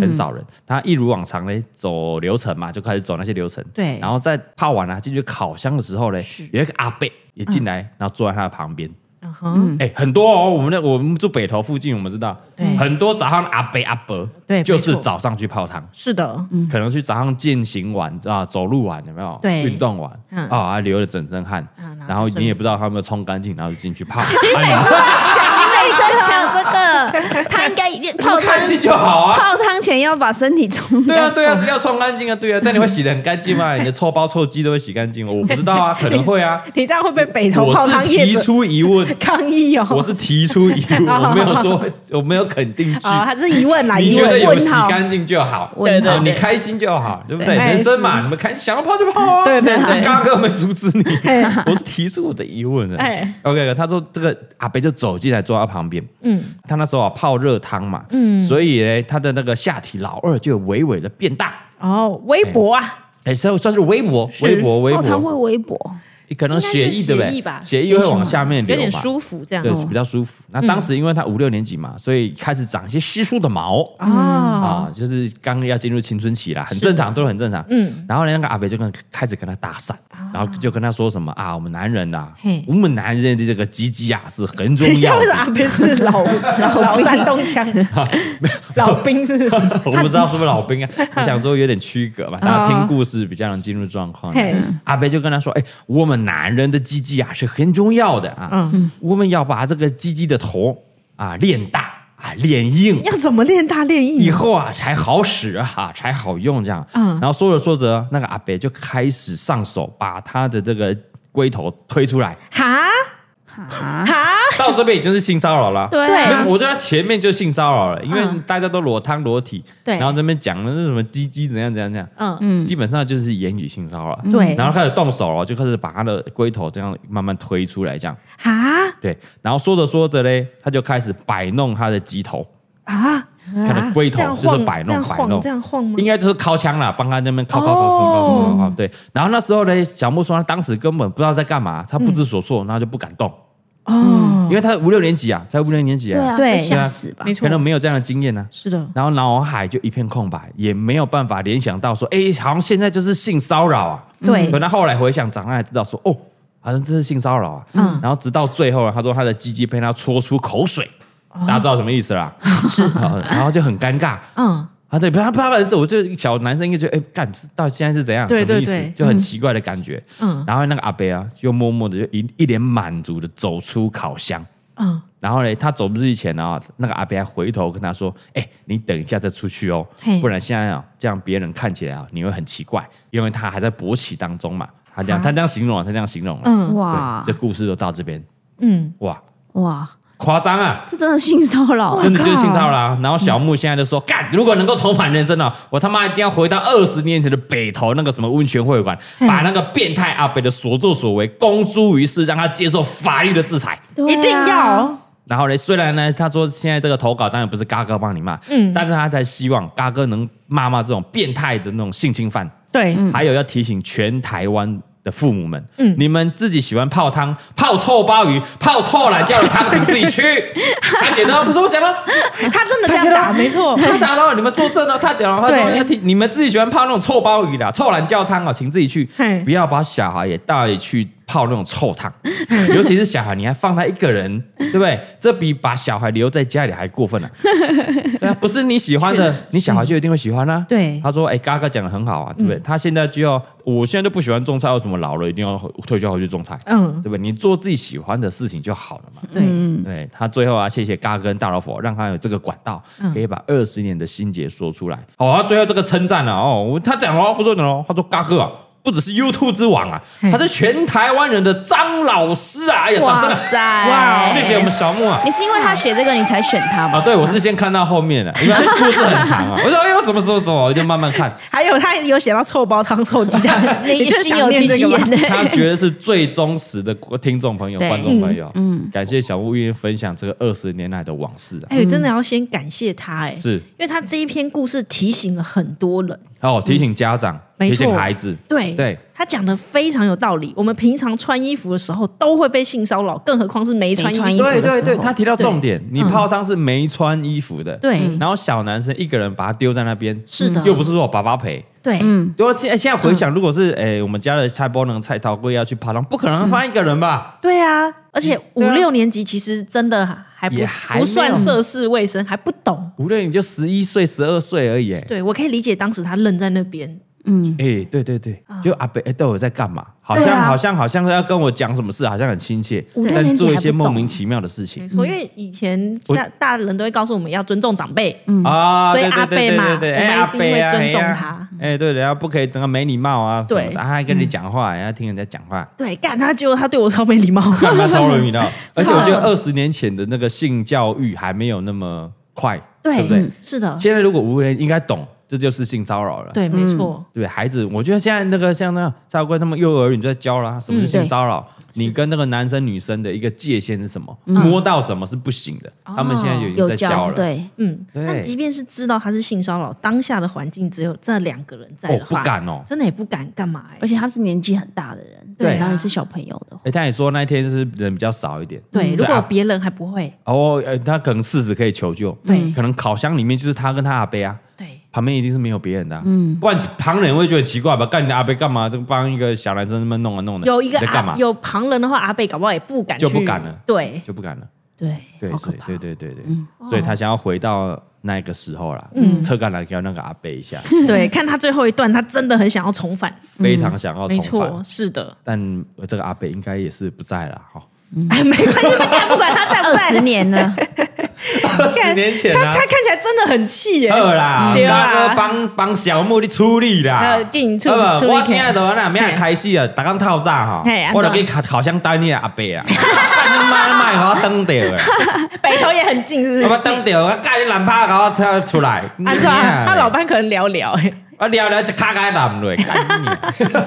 [SPEAKER 2] 很少人，他一如往常嘞，走流程嘛，就开始走那些流程。
[SPEAKER 4] 对
[SPEAKER 2] 然后在泡完了、啊进去烤箱的时候嘞，有一个阿伯也进来，然后坐在他的旁边。
[SPEAKER 4] 嗯
[SPEAKER 2] 哎、很多哦，我们那我们住北投附近，我们知道，很多早上阿伯阿伯，
[SPEAKER 4] 对
[SPEAKER 2] 就是
[SPEAKER 4] 没错
[SPEAKER 2] 早上去泡汤，
[SPEAKER 4] 是的，
[SPEAKER 2] 可能去早上践行完啊，走路完有没有？
[SPEAKER 4] 对
[SPEAKER 2] 运动完
[SPEAKER 4] 嗯
[SPEAKER 2] 啊，还流了整身汗
[SPEAKER 4] 嗯，然后
[SPEAKER 2] 然后
[SPEAKER 4] 就顺
[SPEAKER 2] 你也不知道他有没有冲干净，然后就进去 泡。啊
[SPEAKER 3] 每次讲这个，他应该一 定泡
[SPEAKER 2] 你
[SPEAKER 3] 汤
[SPEAKER 2] 开心就好 啊。
[SPEAKER 3] 泡汤前要把身体冲
[SPEAKER 2] 对啊，对啊，只要冲干净啊，对啊，但你会洗得很干净吗？你的臭包臭鸡都会洗干净吗？我不知道啊，可能会 啊。
[SPEAKER 4] 你这样会被北投泡
[SPEAKER 2] 我
[SPEAKER 4] 汤
[SPEAKER 2] 是
[SPEAKER 4] 业
[SPEAKER 2] 提
[SPEAKER 4] 者
[SPEAKER 2] 出疑问，
[SPEAKER 4] 抗议哦。
[SPEAKER 2] 我是提出疑问，我没有 说，我没有肯定句。
[SPEAKER 4] 啊，他是疑问来
[SPEAKER 2] 你
[SPEAKER 4] 疑
[SPEAKER 2] 觉得
[SPEAKER 4] 问，
[SPEAKER 2] 有洗
[SPEAKER 3] 问号
[SPEAKER 2] 干净就好，
[SPEAKER 3] 问
[SPEAKER 2] 对对
[SPEAKER 3] 号
[SPEAKER 2] 对
[SPEAKER 4] 对
[SPEAKER 2] 你开心就好，对不对？
[SPEAKER 4] 对
[SPEAKER 2] 人生嘛，你们开想要泡就泡啊，
[SPEAKER 4] 对对对
[SPEAKER 2] 刚刚没阻 止你，我是提出我的疑问的
[SPEAKER 4] 哎。
[SPEAKER 2] OK，他说这个阿北就走进来坐在旁边，嗯，他那时候啊泡热汤嘛，嗯，所以呢，他的那个下体老二就微微的变大，
[SPEAKER 4] 哦，微博啊，
[SPEAKER 2] 哎，算算是微博，微博，微
[SPEAKER 3] 泡汤会
[SPEAKER 2] 博，
[SPEAKER 3] 微博，
[SPEAKER 2] 可能血液对不
[SPEAKER 4] 哦应该是血液
[SPEAKER 2] 对
[SPEAKER 4] 吧？
[SPEAKER 2] 血液会往下面
[SPEAKER 4] 有
[SPEAKER 2] 流嘛，
[SPEAKER 4] 点舒服这样
[SPEAKER 2] 对，比较舒服。
[SPEAKER 4] 嗯
[SPEAKER 2] 那当时因为他五六年级嘛，所以开始长一些稀疏的毛，
[SPEAKER 4] 啊。
[SPEAKER 2] 啊，就是刚要进入青春期啦，很正常，都很正常。嗯，然后呢，那个阿北就跟开始跟他搭讪，然后就跟他说什么啊，我们男人呐
[SPEAKER 4] 啊嘿，
[SPEAKER 2] 我们男人的这个鸡鸡啊是很重
[SPEAKER 4] 等一下，
[SPEAKER 2] 要
[SPEAKER 4] 为什
[SPEAKER 2] 的
[SPEAKER 4] 么。阿贝是老老山东腔？老兵是不是？
[SPEAKER 2] 我不知道是不是老 兵啊，我想说有点区隔嘛，大家听故事比较能进入状况
[SPEAKER 4] 啊嘿。
[SPEAKER 2] 阿北就跟他说：“哎，我们男人的鸡鸡啊是很重要的啊，
[SPEAKER 4] 嗯
[SPEAKER 2] 我们要把这个鸡鸡的头啊练大啊练硬，
[SPEAKER 4] 要怎么练大练
[SPEAKER 2] 以
[SPEAKER 4] 硬？
[SPEAKER 2] 后啊才好使啊，哈才好用这样。
[SPEAKER 4] 嗯
[SPEAKER 2] 然后说着说着，那个阿北就开始上手，把他的这个龟头推出来，
[SPEAKER 4] 哈
[SPEAKER 3] 哈，
[SPEAKER 4] 哈，
[SPEAKER 2] 到这边已经是性骚扰了。
[SPEAKER 3] 对
[SPEAKER 4] 对
[SPEAKER 3] 啊
[SPEAKER 2] 没有，我觉得他前面就性骚扰了，因为
[SPEAKER 4] 嗯
[SPEAKER 2] 大家都裸汤裸体，
[SPEAKER 4] 对
[SPEAKER 2] 然后这边讲的是什么鸡鸡怎样怎样怎样，
[SPEAKER 4] 嗯，
[SPEAKER 2] 嗯，基本上就是言语性骚扰。
[SPEAKER 4] 对，
[SPEAKER 2] 然后开始动手了，就开始把他的龟头这样慢慢推出来，这样
[SPEAKER 4] 哈
[SPEAKER 2] 对。然后说着说着嘞，他就开始摆弄他的鸡头，
[SPEAKER 4] 啊，
[SPEAKER 2] 他的龟
[SPEAKER 4] 这
[SPEAKER 2] 头
[SPEAKER 4] 样
[SPEAKER 2] 就是
[SPEAKER 4] 晃，
[SPEAKER 2] 摆
[SPEAKER 4] 这
[SPEAKER 2] 弄
[SPEAKER 4] 样
[SPEAKER 2] 摆弄
[SPEAKER 4] 晃，这，样晃吗
[SPEAKER 2] 应？该就是敲枪啦，帮他那边敲敲敲敲敲敲敲
[SPEAKER 3] 哦
[SPEAKER 2] 敲。对，然后那时候呢，小木说他当时根本不知道在干嘛，他不知所措，然后就不敢动，嗯
[SPEAKER 4] 哦，
[SPEAKER 2] 因为他五六年级啊，才五六年级
[SPEAKER 3] 对
[SPEAKER 2] 啊，
[SPEAKER 3] 啊，
[SPEAKER 4] 对
[SPEAKER 3] 会吓死吧
[SPEAKER 4] 没？错
[SPEAKER 2] 可，能没有这样的经验呢、
[SPEAKER 4] 是的，
[SPEAKER 2] 然后脑海就一片空白，也没有办法联想到说，哎，好像现在就是性骚扰啊。
[SPEAKER 4] 对
[SPEAKER 2] 可，他后来回想，长大才知道说，哦，好像这是性骚扰啊。
[SPEAKER 4] 嗯
[SPEAKER 2] 然后直到最后啊，他说他的鸡鸡被他搓出口水，大家知道什么意思啦？是，
[SPEAKER 3] 哦
[SPEAKER 2] 然后就很尴尬。
[SPEAKER 4] 嗯，
[SPEAKER 2] 啊，对，不他不他的事，我就小男生应该觉得，哎，干，这到底现在是怎样？
[SPEAKER 4] 对对
[SPEAKER 2] 什么意
[SPEAKER 4] 对
[SPEAKER 2] 思？就很奇怪的感觉。
[SPEAKER 4] 嗯
[SPEAKER 2] 然后那个阿伯啊，就默默的就一一脸满足的走出烤箱。
[SPEAKER 4] 嗯，
[SPEAKER 2] 然后呢，他走之前呢、那个阿伯还回头跟他说：“哎、你等一下再出去哦
[SPEAKER 4] 嘿，
[SPEAKER 2] 不然现在啊，这样别人看起来啊，你会很奇怪，因为他还在勃起当中嘛。”他这样，他这样形容啊，他这样形容啊。
[SPEAKER 4] 嗯
[SPEAKER 3] 哇
[SPEAKER 2] 对，这故事就到这边，
[SPEAKER 4] 嗯，
[SPEAKER 2] 哇，
[SPEAKER 3] 哇，
[SPEAKER 2] 夸张啊！
[SPEAKER 3] 这真的性骚扰
[SPEAKER 4] 哇，
[SPEAKER 2] 真的就是
[SPEAKER 4] 靠
[SPEAKER 2] 性骚扰啊。然后小木现在就说：“干，如果能够重返人生哦，我他妈一定要回到二十年前的北投那个什么温泉会馆，把那个变态阿北的所作所为公诸于世，让他接受法律的制裁。”
[SPEAKER 3] 对
[SPEAKER 4] 一
[SPEAKER 3] 啊
[SPEAKER 4] 定要，哦
[SPEAKER 2] 然后呢，虽然呢，他说现在这个投稿当然不是嘎哥帮你骂，嗯，但是他在希望嘎哥能骂骂这种变态的那种性侵犯，
[SPEAKER 4] 对，
[SPEAKER 2] 还有要提醒全台湾的父母们，嗯，你们自己喜欢泡汤、泡臭鲍鱼、泡臭懒觉的汤，请自己去。他写的不是我写的，
[SPEAKER 4] 他真的这样打，没错，
[SPEAKER 2] 他讲到你们作证了，他讲了，他说
[SPEAKER 4] 对
[SPEAKER 2] 要提你们自己喜欢泡那种臭鲍鱼的、臭懒觉汤啊，请自己去
[SPEAKER 4] 嘿，
[SPEAKER 2] 不要把小孩也带去泡那种臭 汤，尤其是小孩，你还放他一个人，对不对？这比把小孩留在家里还过分 了、对啊，不是你喜欢的
[SPEAKER 4] 确实，嗯
[SPEAKER 2] 你小孩就一定会喜欢啊。
[SPEAKER 4] 对嗯
[SPEAKER 2] 他说，哎，嘎嘎讲的很好啊，对不对？他现在就要，我现在就不喜欢种菜，为什么老了一定要退休回去种菜？
[SPEAKER 4] 嗯
[SPEAKER 2] 对，不对？你做自己喜欢的事情就好了嘛。
[SPEAKER 4] 对，
[SPEAKER 2] 对他最后啊，谢谢嘎跟大老佛，让他有这个管道，可以把二十年的心结说出来。哦，他最后这个称赞了、哦，我他讲哦，不是我讲哦，他说嘎哥、啊、不只是 YouTube 之王啊，他是全台湾人的张老师啊！哎呀，掌声啊！
[SPEAKER 3] 哇塞，
[SPEAKER 4] 哇
[SPEAKER 2] 谢谢我们小木啊！
[SPEAKER 3] 你是因为他写这个你才选他
[SPEAKER 2] 啊，
[SPEAKER 3] 吗？
[SPEAKER 2] 对，我是先看到后面的，因为他故事很长啊。我说哎呦，什么时候怎么，我就慢慢看。
[SPEAKER 4] 还有他有写到臭煲汤、臭鸡蛋，
[SPEAKER 3] 你
[SPEAKER 4] 就
[SPEAKER 3] 心
[SPEAKER 4] 想
[SPEAKER 3] 有
[SPEAKER 4] 念
[SPEAKER 3] 戚
[SPEAKER 4] 这
[SPEAKER 3] 戚
[SPEAKER 4] 个吗
[SPEAKER 3] 焉？的，
[SPEAKER 2] 他觉得是最忠实的听众朋友、
[SPEAKER 3] 对
[SPEAKER 2] 观众朋友。嗯，感谢小木愿意分享这个二十年来的往事啊。
[SPEAKER 4] 哎，真的要先感谢他，哎，
[SPEAKER 2] 是
[SPEAKER 4] 因为他这一篇故事提醒了很多人，
[SPEAKER 2] 哦，提醒家长，
[SPEAKER 4] 没
[SPEAKER 2] 提醒
[SPEAKER 4] 错
[SPEAKER 2] 孩子，
[SPEAKER 4] 对
[SPEAKER 2] 对，
[SPEAKER 4] 他讲的非常有道理。我们平常穿衣服的时候都会被性骚扰，更何况是没穿衣服。
[SPEAKER 3] 没穿衣服
[SPEAKER 2] 对
[SPEAKER 3] 的时
[SPEAKER 2] 对
[SPEAKER 3] 候嗯
[SPEAKER 2] 对，他提到重点，你泡汤是没穿衣服的，
[SPEAKER 4] 对
[SPEAKER 2] 然后小男生一个人把他丢在那边，
[SPEAKER 4] 是的
[SPEAKER 2] 又不是说我爸爸陪。
[SPEAKER 4] 对，
[SPEAKER 3] 嗯
[SPEAKER 2] 如果现现在回想，如果是诶我们家的菜包能菜刀龟要去泡汤，不可
[SPEAKER 3] 嗯
[SPEAKER 2] 能放一个人吧？
[SPEAKER 4] 对啊，而且五
[SPEAKER 2] 对啊
[SPEAKER 4] 六年级其实真的还不
[SPEAKER 2] 也还没有
[SPEAKER 4] 不算涉世未深，还不懂。
[SPEAKER 2] 无论你就十一岁、十二岁而已，哎，
[SPEAKER 4] 对我可以理解当时他愣在那边，
[SPEAKER 2] 哎，对对对，
[SPEAKER 3] 嗯
[SPEAKER 2] 就阿伯哎，到底在干嘛？好像好像好像是要跟我讲什么事，好像很亲切，
[SPEAKER 3] 啊五六
[SPEAKER 2] 但
[SPEAKER 3] 年级
[SPEAKER 2] 做一
[SPEAKER 3] 还
[SPEAKER 2] 些
[SPEAKER 3] 不
[SPEAKER 2] 莫
[SPEAKER 3] 懂啊
[SPEAKER 2] 名其妙的事情
[SPEAKER 4] 没错，因为以前
[SPEAKER 2] 嗯我
[SPEAKER 4] 大大人都会告诉我们要尊重长辈，嗯，
[SPEAKER 2] 啊
[SPEAKER 4] 所以
[SPEAKER 2] 对对
[SPEAKER 4] 阿
[SPEAKER 2] 对
[SPEAKER 4] 伯嘛
[SPEAKER 2] 对对对哎
[SPEAKER 4] 我
[SPEAKER 2] 阿
[SPEAKER 4] 们一定会
[SPEAKER 2] 伯啊
[SPEAKER 4] 尊重
[SPEAKER 2] 哎呀
[SPEAKER 4] 他
[SPEAKER 2] 哎，对，人家不可以等个没礼貌啊什么的，
[SPEAKER 4] 对
[SPEAKER 2] 他还跟你讲话，然后听人家讲话。
[SPEAKER 4] 对，干他结果他对我超没礼貌，
[SPEAKER 2] 干他超容易 的，而且我觉得
[SPEAKER 4] 嗯超
[SPEAKER 2] 二十年前的那个性教育还没有那么快， 对不对
[SPEAKER 4] 对？，是的，
[SPEAKER 2] 现在如果无人应该懂，这就是性骚扰了。
[SPEAKER 4] 嗯对，没错，
[SPEAKER 2] 对，孩子，我觉得现在那个像那蔡贵他们幼儿园就在教
[SPEAKER 4] 嗯
[SPEAKER 2] 啦，什么是性骚扰，你跟那个男生女生的一个界限是什么，
[SPEAKER 4] 嗯
[SPEAKER 2] 摸到什么是不行的，他们现在就已经
[SPEAKER 4] 哦
[SPEAKER 3] 有
[SPEAKER 2] 在教
[SPEAKER 3] 教
[SPEAKER 2] 了。
[SPEAKER 3] 对，
[SPEAKER 4] 嗯，
[SPEAKER 2] 对
[SPEAKER 4] 但即便是知道他是性骚扰，当下的环境只有这两个人在
[SPEAKER 2] 哦
[SPEAKER 4] 的，
[SPEAKER 2] 不
[SPEAKER 4] 话，
[SPEAKER 2] 敢哦。
[SPEAKER 4] 真的也不敢干嘛、欸
[SPEAKER 3] 而。且他是年纪很大的人，
[SPEAKER 4] 对啊
[SPEAKER 3] 然后你是小朋友的话，
[SPEAKER 2] 哎，他也说那天是人比较少一点，
[SPEAKER 4] 对，如
[SPEAKER 2] 所以
[SPEAKER 4] 果
[SPEAKER 2] 阿
[SPEAKER 4] 别人还不会，
[SPEAKER 2] 哦，呃他可能试着可以求救，
[SPEAKER 4] 对
[SPEAKER 2] 可能烤箱里面就是他跟他阿伯啊，
[SPEAKER 4] 对，
[SPEAKER 2] 旁边一定是没有别人的、嗯，不然旁人会觉得奇怪吧？干你的阿伯干嘛？就帮一个小男生那么弄啊弄的，
[SPEAKER 4] 有一个
[SPEAKER 2] 你在干
[SPEAKER 4] 阿
[SPEAKER 2] 嘛？
[SPEAKER 4] 有旁人的话，阿贝搞不好也不敢去，
[SPEAKER 2] 就不敢了
[SPEAKER 4] 对，
[SPEAKER 2] 就不敢了。
[SPEAKER 3] 对，
[SPEAKER 2] 对，
[SPEAKER 3] 好可
[SPEAKER 2] 所以
[SPEAKER 3] 怕，
[SPEAKER 2] 对对对对，
[SPEAKER 4] 嗯
[SPEAKER 2] 所以他想要回到那个时候
[SPEAKER 4] 哦
[SPEAKER 2] 啦，车干来给那个阿伯一下，
[SPEAKER 4] 对，看他最后一段，他真的很想要重返，
[SPEAKER 2] 非常想要
[SPEAKER 4] 没
[SPEAKER 2] 重
[SPEAKER 4] 错，
[SPEAKER 2] 返，
[SPEAKER 4] 是的，
[SPEAKER 2] 但这个阿伯应该也是不在了 哈。
[SPEAKER 4] 哎，没关系，不管他在不
[SPEAKER 3] 嗯二十
[SPEAKER 4] 在，
[SPEAKER 3] 年了，
[SPEAKER 2] 二十年前
[SPEAKER 4] 他
[SPEAKER 2] 啊
[SPEAKER 4] 他，看起来真的很 气耶、
[SPEAKER 2] 二啦，
[SPEAKER 4] 对啊
[SPEAKER 2] 大哥帮帮小木你处理啦
[SPEAKER 4] 呃，。给你出
[SPEAKER 2] 好不好
[SPEAKER 4] 出
[SPEAKER 2] 我
[SPEAKER 4] 力
[SPEAKER 2] 今日
[SPEAKER 4] 看，
[SPEAKER 2] 都那明开始啊，逐工透早吼
[SPEAKER 4] 嘿安，怎
[SPEAKER 2] 我就去烤烤箱等你的阿伯啊， 干你妈卖给我等到的。
[SPEAKER 4] 北头也很近，
[SPEAKER 2] 我
[SPEAKER 4] 是不是？
[SPEAKER 2] 要等到我盖你男拍给我车出来，
[SPEAKER 4] 啊，对啊，他老，班可能聊聊、 哎，
[SPEAKER 2] 我聊聊一卡盖男落，干你！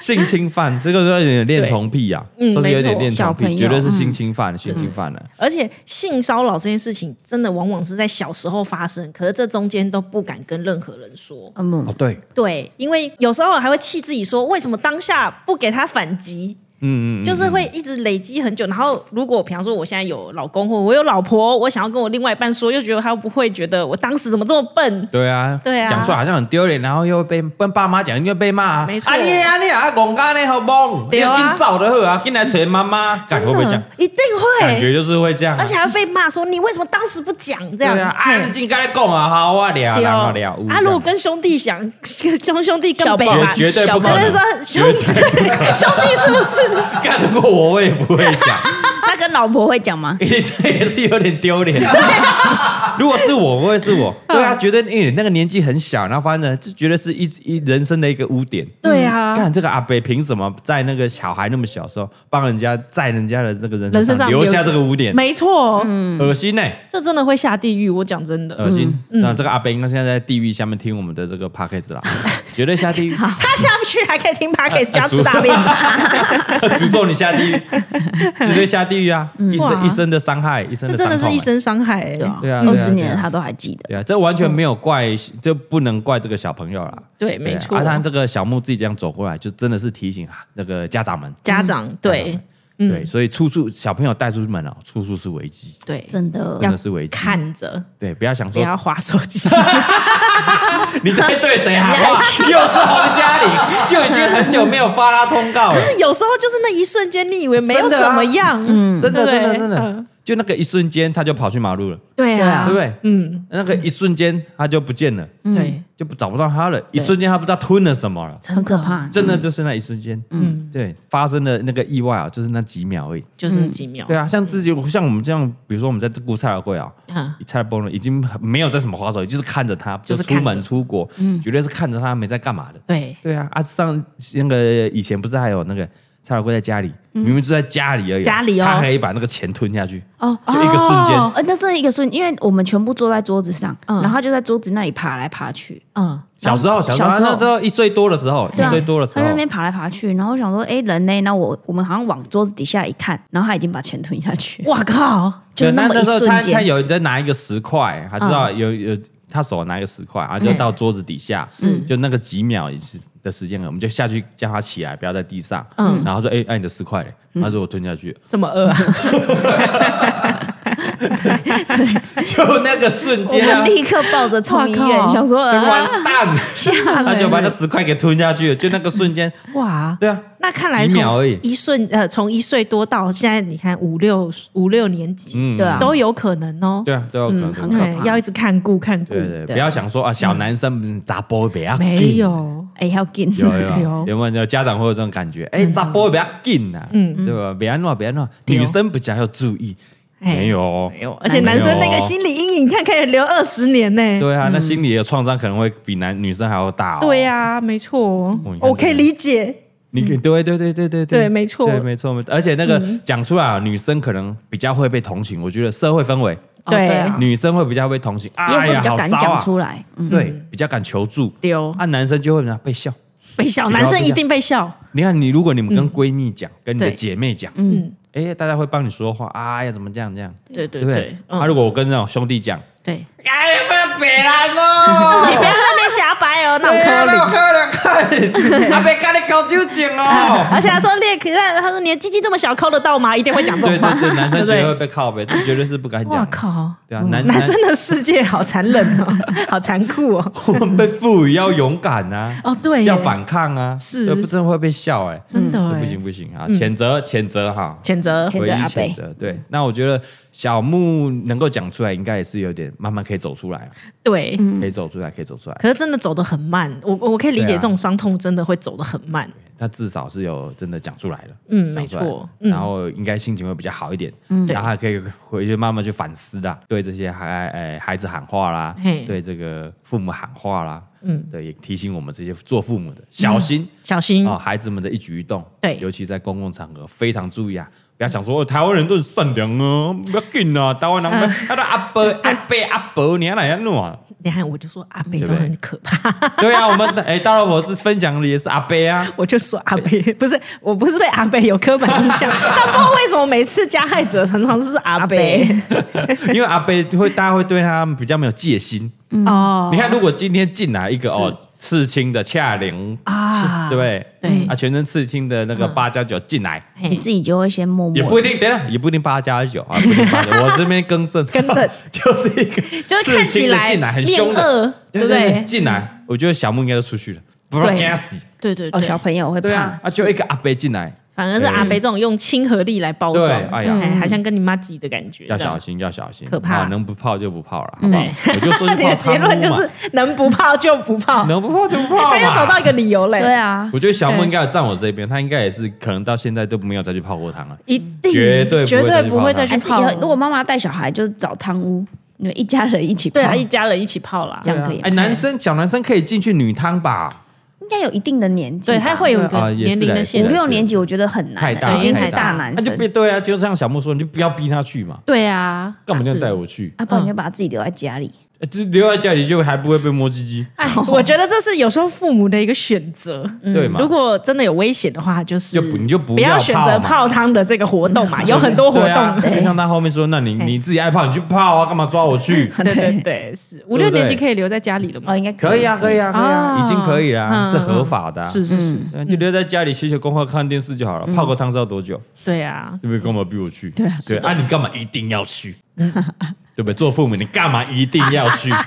[SPEAKER 2] 性侵犯，这个是有点恋童癖啊，
[SPEAKER 4] 嗯
[SPEAKER 2] 说是有点
[SPEAKER 4] 没错
[SPEAKER 2] 恋
[SPEAKER 3] 小
[SPEAKER 2] 童
[SPEAKER 3] 朋
[SPEAKER 2] 癖，
[SPEAKER 3] 友
[SPEAKER 2] 绝对是
[SPEAKER 4] 嗯
[SPEAKER 2] 性侵犯，性侵犯了。
[SPEAKER 4] 而且性骚扰这件事情，真的往往是在小时候发生，可是这中间都不敢跟任何人说。
[SPEAKER 2] 哦
[SPEAKER 3] 嗯，，
[SPEAKER 2] 对，
[SPEAKER 4] 对，因为有时候还会气自己说，为什么当下不给他反击？
[SPEAKER 2] 嗯嗯嗯，
[SPEAKER 4] 就是会一直累积很久。然后，如果比方说我现在有老公或我有老婆，我想要跟我另外一半说，又觉得他不会觉得我当时怎么这么笨。
[SPEAKER 2] 对啊，
[SPEAKER 4] 对啊
[SPEAKER 2] 讲出来好像很丢脸，然后又被跟爸妈讲，又被骂啊。
[SPEAKER 4] 没错
[SPEAKER 2] 啊你啊你啊，戆家呢好懵，
[SPEAKER 4] 对啊
[SPEAKER 2] 你紧走就好啊，进来找妈 妈，敢会不会这样？
[SPEAKER 4] 一定
[SPEAKER 2] 感
[SPEAKER 4] 会，
[SPEAKER 2] 觉就是会这样啊，
[SPEAKER 4] 而且还被骂说你为什么当时不讲这样？
[SPEAKER 2] 对啊，啊
[SPEAKER 4] 嘿
[SPEAKER 2] 你进该讲啊，好我聊，
[SPEAKER 4] 对
[SPEAKER 2] 我
[SPEAKER 4] 哦
[SPEAKER 2] 聊，有这
[SPEAKER 4] 啊，
[SPEAKER 2] 样
[SPEAKER 4] 如果跟兄弟讲，跟兄弟更
[SPEAKER 3] 小
[SPEAKER 4] 北
[SPEAKER 3] 宝
[SPEAKER 4] 吧，
[SPEAKER 2] 绝绝对不可
[SPEAKER 4] 就
[SPEAKER 2] 能
[SPEAKER 4] 是说兄弟 兄弟是不是？
[SPEAKER 2] 干得过我，我也不会 讲，
[SPEAKER 3] 他跟老婆会讲吗？
[SPEAKER 2] 因为这也是有点丢脸。 如果是我，我会是我，对
[SPEAKER 4] 嗯
[SPEAKER 2] 啊，觉得因为那个年纪很小，然后发现这绝对是一一人生的一个污点。
[SPEAKER 4] 对啊，
[SPEAKER 2] 看这个阿北凭什么在那个小孩那么小的时候帮人家在人家的这个人
[SPEAKER 4] 人
[SPEAKER 2] 身
[SPEAKER 4] 身上
[SPEAKER 2] 留
[SPEAKER 4] 留嗯
[SPEAKER 2] 下这个污点，
[SPEAKER 4] 没错，
[SPEAKER 2] 恶心呢、
[SPEAKER 4] 这真的会下地狱。我讲真的，
[SPEAKER 2] 恶心！那、这个阿北应该现在在地狱下面听我们的这个 podcast 啦，
[SPEAKER 4] 嗯
[SPEAKER 2] 绝对下地狱，
[SPEAKER 4] 他下不去还可以听 podcast
[SPEAKER 2] 啊
[SPEAKER 4] 加吃大便，
[SPEAKER 2] 诅咒你下地狱，绝对下地狱啊！一生
[SPEAKER 4] 哇
[SPEAKER 2] 一生的伤害，一生的
[SPEAKER 4] 这真
[SPEAKER 2] 伤
[SPEAKER 4] 的是
[SPEAKER 2] 痛
[SPEAKER 4] 一
[SPEAKER 2] 欸
[SPEAKER 4] 身伤害欸。
[SPEAKER 3] 对啊，
[SPEAKER 2] 对啊对啊
[SPEAKER 3] 二十年
[SPEAKER 2] 对啊
[SPEAKER 3] 了他都还记得，
[SPEAKER 2] 对啊，这完全没有怪，这不能怪这个小朋友啦。
[SPEAKER 4] 对，
[SPEAKER 2] 对
[SPEAKER 4] 嗯没
[SPEAKER 2] 啊
[SPEAKER 4] 错
[SPEAKER 2] 阿。丹这个小木自己这样走过来，就真的是提醒啊那个家长们。
[SPEAKER 4] 家长
[SPEAKER 2] 嗯
[SPEAKER 4] 对
[SPEAKER 2] 对，所以处处小朋友带出门啊，处处是危机，
[SPEAKER 4] 对，
[SPEAKER 3] 真的
[SPEAKER 2] 真的是危机。
[SPEAKER 4] 看着
[SPEAKER 2] 对，不要想
[SPEAKER 4] 不
[SPEAKER 2] 说
[SPEAKER 4] 要划手 机，
[SPEAKER 2] 你在对谁喊话，又是洪嘉玲，就已经很久没有发他通告了。
[SPEAKER 4] 有时候就是那一瞬间，你以为没有
[SPEAKER 2] 真的啊
[SPEAKER 4] 怎么样，嗯，
[SPEAKER 2] 真的，
[SPEAKER 4] 对
[SPEAKER 2] 真的，真的
[SPEAKER 4] 嗯，
[SPEAKER 2] 就那个一瞬间，他就跑去马路了，
[SPEAKER 4] 对啊，
[SPEAKER 2] 对不对？
[SPEAKER 4] 嗯，
[SPEAKER 2] 那个一瞬间，他就不见了，
[SPEAKER 4] 对，
[SPEAKER 2] 就找不到他了。一瞬间，他不知道吞了什么
[SPEAKER 4] 嗯
[SPEAKER 2] 了。
[SPEAKER 3] 很可怕，
[SPEAKER 2] 真的就是那一瞬间，嗯，对，发生的那个意外啊，就是那几秒而已。
[SPEAKER 4] 就是那几秒
[SPEAKER 2] 对，啊，像自己，像我们这样，比如说我们在顾菜而贵啊，
[SPEAKER 4] 啊，
[SPEAKER 2] 菜崩了，已经没有在什么花手，就是看着他，
[SPEAKER 4] 就是
[SPEAKER 2] 出
[SPEAKER 4] 看着
[SPEAKER 2] 门出国，绝对是看着他没在干嘛的。
[SPEAKER 4] 对，
[SPEAKER 2] 对啊，啊，上那个以前不是还有那个蔡老贵在家里，
[SPEAKER 3] 嗯
[SPEAKER 2] 明明就在家里而已啊，
[SPEAKER 4] 家里哦
[SPEAKER 2] 他可以把那个钱吞下去，
[SPEAKER 3] 哦。
[SPEAKER 2] 就一个瞬间，
[SPEAKER 4] 哦
[SPEAKER 3] 呃，那是一个瞬，因为我们全部坐在桌子上，
[SPEAKER 4] 嗯
[SPEAKER 3] 然后他就在桌子那里爬来爬去，
[SPEAKER 4] 嗯，
[SPEAKER 2] 小时候，
[SPEAKER 3] 小
[SPEAKER 2] 时候，啊
[SPEAKER 3] 时候
[SPEAKER 2] 那时候一岁多的时候，一
[SPEAKER 3] 对啊
[SPEAKER 2] 岁多的时
[SPEAKER 3] 他在那
[SPEAKER 2] 候，
[SPEAKER 3] 边爬来爬去，然后我想说，哎，人呢？那我我们好像往桌子底下一看，然后他已经把钱吞下去，
[SPEAKER 4] 哇靠，
[SPEAKER 3] 就
[SPEAKER 2] 对
[SPEAKER 3] 那么
[SPEAKER 2] 那
[SPEAKER 3] 一
[SPEAKER 2] 时候
[SPEAKER 3] 瞬
[SPEAKER 2] 他他
[SPEAKER 3] 间，嗯
[SPEAKER 2] 有在拿一个十块，还知道有有。他手拿一个十块，然啊后就到桌子底下，就那个几秒也是的时间，我们就下去叫他起来，不要在地上。嗯，然后说：“哎、哎，你的十块嘞？”
[SPEAKER 3] 嗯
[SPEAKER 2] 他说：“我吞下去 了。
[SPEAKER 4] 这么饿 啊？
[SPEAKER 2] 就那个瞬
[SPEAKER 3] 我
[SPEAKER 2] 间啊
[SPEAKER 3] 们，立刻抱着冲医
[SPEAKER 5] 哇
[SPEAKER 3] 院，
[SPEAKER 5] 靠
[SPEAKER 3] 想说啊，
[SPEAKER 2] 完 蛋，他就把那十块给吞下去了，就那个瞬间，
[SPEAKER 5] 哇，
[SPEAKER 2] 对啊，
[SPEAKER 4] 那看来
[SPEAKER 2] 几秒而
[SPEAKER 4] 从
[SPEAKER 2] 已
[SPEAKER 4] 一瞬呃，从一岁多到现在，你看五六五六年级、
[SPEAKER 2] 嗯，
[SPEAKER 3] 对啊
[SPEAKER 4] 都有可能哦。
[SPEAKER 2] 对啊，都有可能
[SPEAKER 3] 嗯很可
[SPEAKER 4] 对，
[SPEAKER 3] 怕
[SPEAKER 4] 要一直看顾看顾。
[SPEAKER 2] 对对，不要想说啊，小男生砸波比较
[SPEAKER 4] 没有，
[SPEAKER 3] 哎，要紧，
[SPEAKER 2] 有有有
[SPEAKER 4] 有
[SPEAKER 2] 有没有家长会有这种感觉？哎，砸波比较紧呐，嗯，对吧？别弄别弄，
[SPEAKER 4] 对哦
[SPEAKER 2] 女生比较要注意，
[SPEAKER 4] 哎
[SPEAKER 2] 没有哦
[SPEAKER 4] 没有，而且男生那个心理阴影，你看可以留二十年呢、
[SPEAKER 2] 对啊，那心理的创伤可能会比男女生还要大哦。
[SPEAKER 4] 对呀、没错
[SPEAKER 2] 你看，这个
[SPEAKER 4] 我可以理解。
[SPEAKER 2] 你可对对对对对
[SPEAKER 4] 对没错
[SPEAKER 2] 对没错没错，而且那个讲出来啊，女生可能比较会被同情，我觉得社会氛围，
[SPEAKER 3] 哦对啊，
[SPEAKER 2] 女生会比较被同情，
[SPEAKER 3] 也
[SPEAKER 2] 哎
[SPEAKER 3] 会
[SPEAKER 2] 呀
[SPEAKER 3] 比，较
[SPEAKER 2] 好
[SPEAKER 3] 敢
[SPEAKER 2] 糟
[SPEAKER 3] 讲
[SPEAKER 2] 啊，
[SPEAKER 3] 出来，嗯，
[SPEAKER 2] 对，比较敢求助，
[SPEAKER 4] 丢
[SPEAKER 2] 啊，男生就会呢被笑。
[SPEAKER 4] 被笑，
[SPEAKER 2] 比较
[SPEAKER 4] 男生一定被笑。
[SPEAKER 2] 你看，你如果你们跟闺蜜讲，跟你的
[SPEAKER 4] 嗯对
[SPEAKER 2] 姐妹讲，
[SPEAKER 4] 嗯，
[SPEAKER 2] 哎，大家会帮你说话，哎呀，怎么这样这样，
[SPEAKER 4] 对对
[SPEAKER 2] 对不对
[SPEAKER 4] 对？，
[SPEAKER 2] 啊，
[SPEAKER 4] 嗯，
[SPEAKER 2] 如果我跟那种兄弟讲，
[SPEAKER 4] 对。
[SPEAKER 2] 哎呀，被北兰哦，
[SPEAKER 4] 你不要在那边瞎掰哦，那我可
[SPEAKER 2] 那
[SPEAKER 4] 怜。
[SPEAKER 2] 喝了看，阿被跟你搞酒精哦。
[SPEAKER 4] 而且他说列克，他说你的鸡鸡这么小，抠得到吗？一定会讲这
[SPEAKER 2] 对
[SPEAKER 4] 种话。
[SPEAKER 2] 对对， 男生
[SPEAKER 4] 对不
[SPEAKER 2] 绝对
[SPEAKER 4] 对
[SPEAKER 2] 会被靠背，这绝对是不敢
[SPEAKER 4] 哇
[SPEAKER 2] 讲。
[SPEAKER 4] 靠！嗯
[SPEAKER 2] 对啊，男
[SPEAKER 4] 男生的世界好残忍哦， 好残酷哦。
[SPEAKER 2] 我们被赋予要勇敢啊，
[SPEAKER 4] 哦，对耶，
[SPEAKER 2] 要反抗啊，
[SPEAKER 4] 是
[SPEAKER 2] 要不真的会被笑哎，
[SPEAKER 4] 真的
[SPEAKER 2] 这
[SPEAKER 4] 耶
[SPEAKER 2] 不行，不行啊，谴责谴责哈，
[SPEAKER 4] 谴责
[SPEAKER 3] 谴
[SPEAKER 2] 唯一
[SPEAKER 3] 责阿北
[SPEAKER 2] 谴责。对，那我觉得小木能够讲出来，应该也是有点慢慢可以走出来，
[SPEAKER 4] 对。
[SPEAKER 2] 可以走出来，可以走出来。
[SPEAKER 4] 可是真的走得很慢，我我可以理解
[SPEAKER 2] 对啊
[SPEAKER 4] 这种伤痛真的会走得很慢。
[SPEAKER 2] 他至少是有真的讲出来了，
[SPEAKER 4] 嗯
[SPEAKER 2] 讲出来
[SPEAKER 4] 没
[SPEAKER 2] 了
[SPEAKER 4] 错嗯
[SPEAKER 2] 然后应该心情会比较好一点，然后还可以回去慢慢去反思的，对这些孩呃孩子喊话啦
[SPEAKER 4] 嗯嘿，
[SPEAKER 2] 对这个父母喊话啦，
[SPEAKER 4] 嗯，
[SPEAKER 2] 对，也提醒我们这些做父母的小心
[SPEAKER 4] 小心，
[SPEAKER 2] 哦，孩子们的一举一动，
[SPEAKER 4] 嗯对
[SPEAKER 2] 尤其在公共场合非常注意啊。不要想说、哦台湾人都很善良啊，不要紧啊，台湾人
[SPEAKER 4] 嗯
[SPEAKER 2] 们，他说阿伯、阿伯、阿伯，你还哪样弄啊？
[SPEAKER 4] 你看我就说阿
[SPEAKER 2] 对
[SPEAKER 4] 北都
[SPEAKER 2] 不对
[SPEAKER 4] 很可怕，
[SPEAKER 2] 对啊，我们哎、大老婆是分享的也是阿伯啊，
[SPEAKER 4] 我就说阿北不是，我不是对阿北有刻板印 象，但不知道为什么每次加害者常常是阿北
[SPEAKER 2] 因为阿伯会，大家会对他比较没有戒心。
[SPEAKER 4] 哦
[SPEAKER 2] 你看，如果今天进来一个哦刺青的恰玲，
[SPEAKER 4] 啊
[SPEAKER 2] 对不对？
[SPEAKER 4] 对嗯
[SPEAKER 2] 啊，全身刺青的那个八加九进来，
[SPEAKER 3] 你
[SPEAKER 4] 嘿
[SPEAKER 3] 自己就会先
[SPEAKER 4] 嗯
[SPEAKER 3] 默默
[SPEAKER 2] 也不一定，等一下也不一定八加九啊，不一定八 加九我这边更正，
[SPEAKER 4] 更正
[SPEAKER 2] 就是一个
[SPEAKER 4] 就是
[SPEAKER 2] 刺
[SPEAKER 4] 看起
[SPEAKER 2] 青的
[SPEAKER 4] 来
[SPEAKER 2] 进来很
[SPEAKER 4] 面
[SPEAKER 2] 凶的，
[SPEAKER 4] 恶，对不
[SPEAKER 2] 对？
[SPEAKER 4] 对？嗯
[SPEAKER 2] 进来，我觉得小木应该就出去了，不要干死。
[SPEAKER 4] 对对
[SPEAKER 3] 哦，
[SPEAKER 4] 对，
[SPEAKER 3] 小朋友会
[SPEAKER 2] 对
[SPEAKER 3] 怕
[SPEAKER 2] 啊，，啊，就一个阿伯进来，
[SPEAKER 4] 反而是阿北这种用亲和力来包装，
[SPEAKER 2] 对哎呀
[SPEAKER 4] 好像跟你妈挤的感觉，
[SPEAKER 2] 要
[SPEAKER 4] 这样
[SPEAKER 2] 小。心，要小心，
[SPEAKER 4] 可怕嗯
[SPEAKER 2] 啊能不泡就不泡了，好不好？我就说
[SPEAKER 4] 你
[SPEAKER 2] 泡
[SPEAKER 4] 的结论就
[SPEAKER 2] 汤屋嘛
[SPEAKER 4] 是能不泡就不泡，
[SPEAKER 2] 啊能不泡就不泡
[SPEAKER 4] 他又
[SPEAKER 2] 嘛
[SPEAKER 4] 找到一个理由嘞。
[SPEAKER 3] 对，啊，
[SPEAKER 2] 我觉得小莫应该有站我这边，他应该也是可能到现在都没有再去泡过汤了。
[SPEAKER 4] 一定
[SPEAKER 2] 绝对不会
[SPEAKER 4] 绝对不会再去
[SPEAKER 3] 还是以后如
[SPEAKER 4] 泡。
[SPEAKER 3] 果妈妈带小孩，就找汤屋，你们一家人一起泡，
[SPEAKER 4] 对啊，一家人一起泡啦
[SPEAKER 3] 这。样可以
[SPEAKER 2] 哎，
[SPEAKER 3] 吗？
[SPEAKER 2] 男生小男生可以进去女汤吧？
[SPEAKER 3] 应该有一定的年纪吧，
[SPEAKER 4] 对，他会有一
[SPEAKER 2] 啊
[SPEAKER 4] 个
[SPEAKER 2] 也是
[SPEAKER 4] 年龄
[SPEAKER 2] 嘞
[SPEAKER 4] 的
[SPEAKER 2] 也
[SPEAKER 4] 限
[SPEAKER 3] 五
[SPEAKER 2] 是
[SPEAKER 4] 制。
[SPEAKER 3] 六年级，我觉得很难
[SPEAKER 2] 太
[SPEAKER 3] 了，
[SPEAKER 2] 大，
[SPEAKER 3] 已经
[SPEAKER 2] 太
[SPEAKER 3] 是
[SPEAKER 2] 大
[SPEAKER 3] 大
[SPEAKER 2] 了
[SPEAKER 3] 男
[SPEAKER 2] 那就
[SPEAKER 3] 生
[SPEAKER 2] 别。对啊，就像小莫说，你就不要逼他去嘛，
[SPEAKER 4] 对啊，
[SPEAKER 2] 干嘛这样
[SPEAKER 4] 是
[SPEAKER 2] 带？我去？
[SPEAKER 3] 啊，不然你就把他自己留在家里。
[SPEAKER 2] 呃只留在家里就还不会被摸鸡鸡，
[SPEAKER 4] 哎，我觉得这是有时候父母的一个选择。
[SPEAKER 2] 对嘛？
[SPEAKER 4] 嗯如果真的有危险的话，就是
[SPEAKER 2] 嗯就不你就不
[SPEAKER 4] 不
[SPEAKER 2] 要
[SPEAKER 4] 要选择
[SPEAKER 2] 泡
[SPEAKER 4] 泡汤的这个活动 嘛，有很多活
[SPEAKER 2] 对啊
[SPEAKER 4] 动。哎
[SPEAKER 2] 就像他后面说，那你你自己爱泡你去泡啊，干嘛抓我去？
[SPEAKER 4] 对对对，是五
[SPEAKER 2] 对
[SPEAKER 4] 六
[SPEAKER 2] 不对
[SPEAKER 4] 年级可以留在家里了嘛
[SPEAKER 3] 哦，？应该
[SPEAKER 2] 可以啊，可以啊，可以啊，
[SPEAKER 4] 啊
[SPEAKER 2] 已经可以啦，
[SPEAKER 4] 嗯
[SPEAKER 2] 是合法的啊。
[SPEAKER 4] 是嗯是是，
[SPEAKER 2] 对，就留在家里写写功课、看电视就好了。泡个汤是要多久？
[SPEAKER 4] 对啊，
[SPEAKER 2] 对不对？干嘛逼我去？对啊，对啊，你干嘛一定要去？
[SPEAKER 4] 嗯
[SPEAKER 2] 对不对？做父母，你干嘛一定要 去？啊，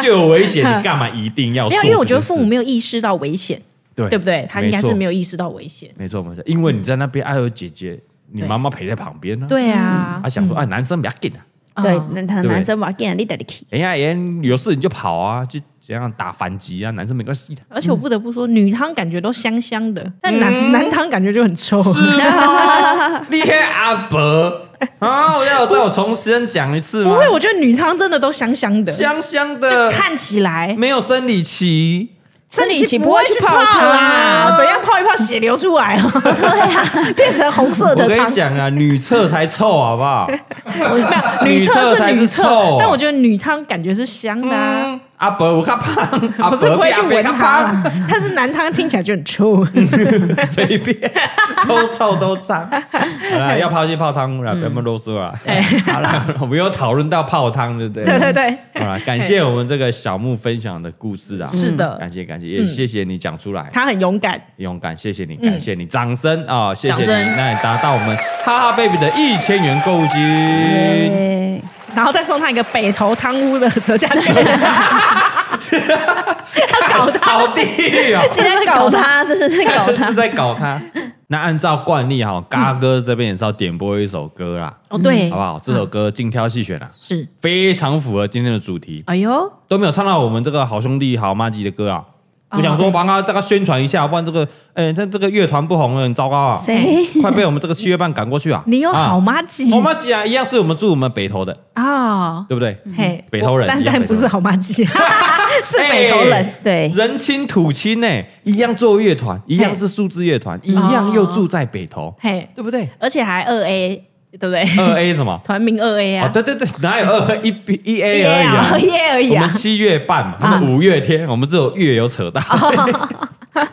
[SPEAKER 2] 就有危险，你干嘛一定要
[SPEAKER 4] 没
[SPEAKER 2] 做这个
[SPEAKER 4] 有，
[SPEAKER 2] 事？
[SPEAKER 4] 因为我觉得父母没有意识到危险，
[SPEAKER 2] 对
[SPEAKER 4] 对不对？他应该
[SPEAKER 2] 没错
[SPEAKER 4] 是没有意识到危险。
[SPEAKER 2] 没错没错，因为你在那边，还有姐姐，你
[SPEAKER 4] 对
[SPEAKER 2] 妈妈陪在旁边呢。，
[SPEAKER 4] 对啊
[SPEAKER 2] 啊，，想说啊，男生不要紧啊，
[SPEAKER 3] 对
[SPEAKER 4] 嗯，
[SPEAKER 3] 那他
[SPEAKER 2] 对
[SPEAKER 3] 男生把给你带的 key，
[SPEAKER 2] 哎呀，人有事你就跑啊，就怎样打反击啊，男生没关系的。
[SPEAKER 4] 而且我不得不说，女汤感觉都香香的，但男、男汤感觉就很 臭。
[SPEAKER 2] 嗯是啊吗？厉害阿伯啊！我要再我重新讲一次
[SPEAKER 4] 不
[SPEAKER 2] 吗？
[SPEAKER 4] 会，我觉得女汤真的都香香的，
[SPEAKER 2] 香香
[SPEAKER 4] 就
[SPEAKER 2] 的，
[SPEAKER 4] 看起来
[SPEAKER 2] 没有生理期。
[SPEAKER 4] 生理
[SPEAKER 5] 生理期
[SPEAKER 4] 期
[SPEAKER 5] 不会
[SPEAKER 4] 去
[SPEAKER 5] 去泡它
[SPEAKER 4] 啦，啊怎样泡一泡血流出来哦，对啊，变成红色
[SPEAKER 2] 我
[SPEAKER 4] 的
[SPEAKER 2] 跟
[SPEAKER 4] 汤
[SPEAKER 2] 你。讲啊，女厕才臭，好不 好？
[SPEAKER 4] 没有女
[SPEAKER 2] 厕
[SPEAKER 4] 厕
[SPEAKER 2] 才
[SPEAKER 4] 是
[SPEAKER 2] 是
[SPEAKER 4] 女
[SPEAKER 2] 臭
[SPEAKER 4] 厕，但我觉得女汤感觉是香的啊。
[SPEAKER 2] 嗯阿伯我较胖，阿
[SPEAKER 4] 不是
[SPEAKER 2] 伯
[SPEAKER 4] 会去
[SPEAKER 2] 阿伯
[SPEAKER 4] 闻
[SPEAKER 2] 较
[SPEAKER 4] 它
[SPEAKER 2] 胖，，
[SPEAKER 4] 但是男汤听起来就很臭。
[SPEAKER 2] 随便都臭都 脏。好了，要泡就泡汤啦，不要那么啰嗦啦。 好了，我们又讨论到泡汤，对不对？
[SPEAKER 4] 嗯对对对，
[SPEAKER 2] 好了，感谢我们这个小木分享的故事啊，
[SPEAKER 4] 是的嗯
[SPEAKER 2] 感谢感谢，也谢谢你讲出来，
[SPEAKER 4] 他很勇敢，
[SPEAKER 2] 勇敢，谢谢你，感谢你，掌声啊，谢谢你，
[SPEAKER 4] 掌声
[SPEAKER 2] 那你达到我们哈哈 baby 的一千元购物金，
[SPEAKER 3] 对，
[SPEAKER 4] 然后再送他一个北投汤屋的折价券，要 搞 他，
[SPEAKER 2] 好地狱 啊！
[SPEAKER 3] 现在搞他，这是在搞 他
[SPEAKER 2] 是。在搞他。那按照惯例哈，嘎哥这边也是要点播一首歌啦，
[SPEAKER 4] 哦对
[SPEAKER 2] 好不，好？这首歌精挑细选啊，
[SPEAKER 4] 嗯是，
[SPEAKER 2] 非常符合今天的主题，
[SPEAKER 4] 哎呦，
[SPEAKER 2] 都没有唱到我们这个好兄弟好妈吉的歌啊。
[SPEAKER 4] 哦
[SPEAKER 2] 我想说帮他大概宣传一下，不然这个，哎，但这个乐团不红了，很糟糕啊！
[SPEAKER 3] 谁？
[SPEAKER 2] 快被我们这个七月半赶过去啊！
[SPEAKER 4] 你有好
[SPEAKER 2] 妈
[SPEAKER 4] 妈吉
[SPEAKER 2] 好妈吉啊，一样是我们住我们北投的，
[SPEAKER 4] 啊？
[SPEAKER 2] 对不对？
[SPEAKER 4] 嘿，
[SPEAKER 2] 嗯北投人
[SPEAKER 4] 我但
[SPEAKER 2] 一样
[SPEAKER 4] 但不是好妈鸡， 是北投人。
[SPEAKER 2] 哎
[SPEAKER 3] 对，
[SPEAKER 2] 人亲土亲呢，一样做乐团，一样是数字乐团，一样又住在北投，
[SPEAKER 4] 嘿，
[SPEAKER 2] 对不对？
[SPEAKER 4] 而且还二 A，对不对？
[SPEAKER 2] 二 A 什么？
[SPEAKER 4] 团名二 A
[SPEAKER 2] 哦
[SPEAKER 4] 啊，，
[SPEAKER 2] 对对对，哪有二一 B 一 A 而已啊
[SPEAKER 4] 二 A 而已
[SPEAKER 2] 我
[SPEAKER 4] 啊
[SPEAKER 2] 们。七月半嘛，他们五月天，我们只有月有扯到。
[SPEAKER 4] 哦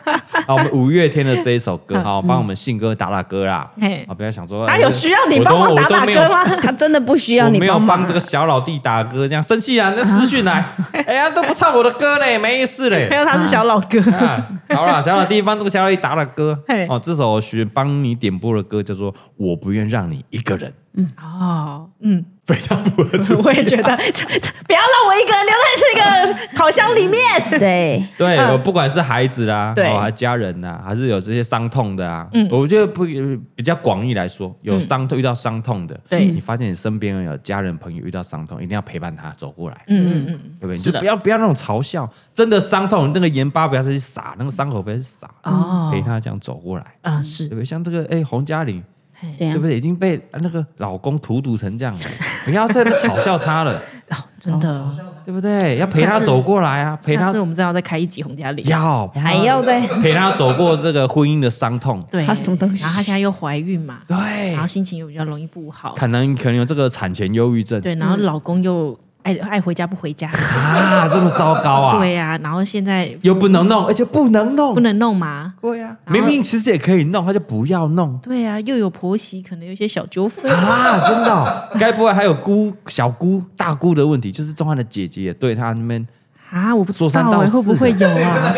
[SPEAKER 2] 好，我们五月天的这一首歌，好，帮我们信哥打打歌啦
[SPEAKER 4] 嗯嘿。
[SPEAKER 2] 啊，不要想说
[SPEAKER 4] 他有需要你帮忙打打歌？吗？
[SPEAKER 3] 他真的不需
[SPEAKER 2] 哎
[SPEAKER 3] 要
[SPEAKER 2] 我都我都
[SPEAKER 3] 你
[SPEAKER 2] 没有我没有
[SPEAKER 3] 帮忙
[SPEAKER 4] 啊
[SPEAKER 2] 帮这。个小老弟打歌，这样生气啊！那私讯来， 哎呀，都不唱我的歌嘞，没意思嘞
[SPEAKER 4] 没。有，他是小老 哥。
[SPEAKER 2] 啊，好了，小老弟帮这个小老弟打打歌
[SPEAKER 4] 嘿。
[SPEAKER 2] 哦，这首许帮你点播的歌叫做《我不愿让你一个人》，
[SPEAKER 4] 哦，嗯，
[SPEAKER 2] 非常符合主。
[SPEAKER 4] 我也觉得，这这不要让我一个人留在这个烤箱里面。
[SPEAKER 3] 对，
[SPEAKER 2] 对，我不管是孩子啦，
[SPEAKER 4] 嗯对嗯
[SPEAKER 2] 哦，还家人呐，还是有这些伤痛的啊。我觉得不比较广义来说，有伤痛遇到伤痛的，
[SPEAKER 4] 对
[SPEAKER 2] 你发现你身边有家人朋友遇到伤痛，一定要陪伴他走过来，
[SPEAKER 4] 嗯嗯嗯，
[SPEAKER 2] 对不对？你
[SPEAKER 4] 是
[SPEAKER 2] 就
[SPEAKER 4] 的
[SPEAKER 2] 不要不要那种嘲笑，真的伤痛，那个盐巴不要去撒，那个伤口不要去撒，
[SPEAKER 4] 哦
[SPEAKER 2] 陪他这样走过来，
[SPEAKER 4] 啊
[SPEAKER 2] 对
[SPEAKER 4] 是
[SPEAKER 2] 不对？像这个哎，洪嘉玲。
[SPEAKER 3] 这
[SPEAKER 4] 哎
[SPEAKER 2] 对
[SPEAKER 3] 样
[SPEAKER 2] 不对？已经被那个老公荼毒成这样了，不要再嘲笑他 了，
[SPEAKER 4] 真的。
[SPEAKER 2] 对不对？要陪他走过来啊，陪
[SPEAKER 4] 下
[SPEAKER 2] 他
[SPEAKER 4] 次我们再要再开一集洪嘉玲。
[SPEAKER 2] 要
[SPEAKER 3] 还要再
[SPEAKER 2] 陪他走过这个婚姻的伤痛，
[SPEAKER 4] 对，
[SPEAKER 3] 她什么东西
[SPEAKER 4] 然后她现在又怀孕嘛，
[SPEAKER 2] 对
[SPEAKER 4] 然，后心情又比较容易不好，
[SPEAKER 2] 可能可能有这个产前忧郁症，
[SPEAKER 4] 对，然后老公又爱爱回家不回家，
[SPEAKER 2] 啊，这么糟糕啊，
[SPEAKER 4] 对呀，然后现在
[SPEAKER 2] 又不能弄，而且不能弄，
[SPEAKER 4] 不能弄嘛，
[SPEAKER 2] 对呀，
[SPEAKER 4] 然后
[SPEAKER 2] 明明其实也可以弄，他就不要弄
[SPEAKER 4] 对啊，又有婆媳，可能有一些小纠纷。
[SPEAKER 2] 啊，真的哦，该不会还有姑小姑大姑的问题，就是钟汉的姐姐也对他那边，
[SPEAKER 4] 啊，我不知
[SPEAKER 2] 说三
[SPEAKER 4] 道、
[SPEAKER 2] 道
[SPEAKER 4] 欸、
[SPEAKER 2] 四
[SPEAKER 4] 会不会有啊？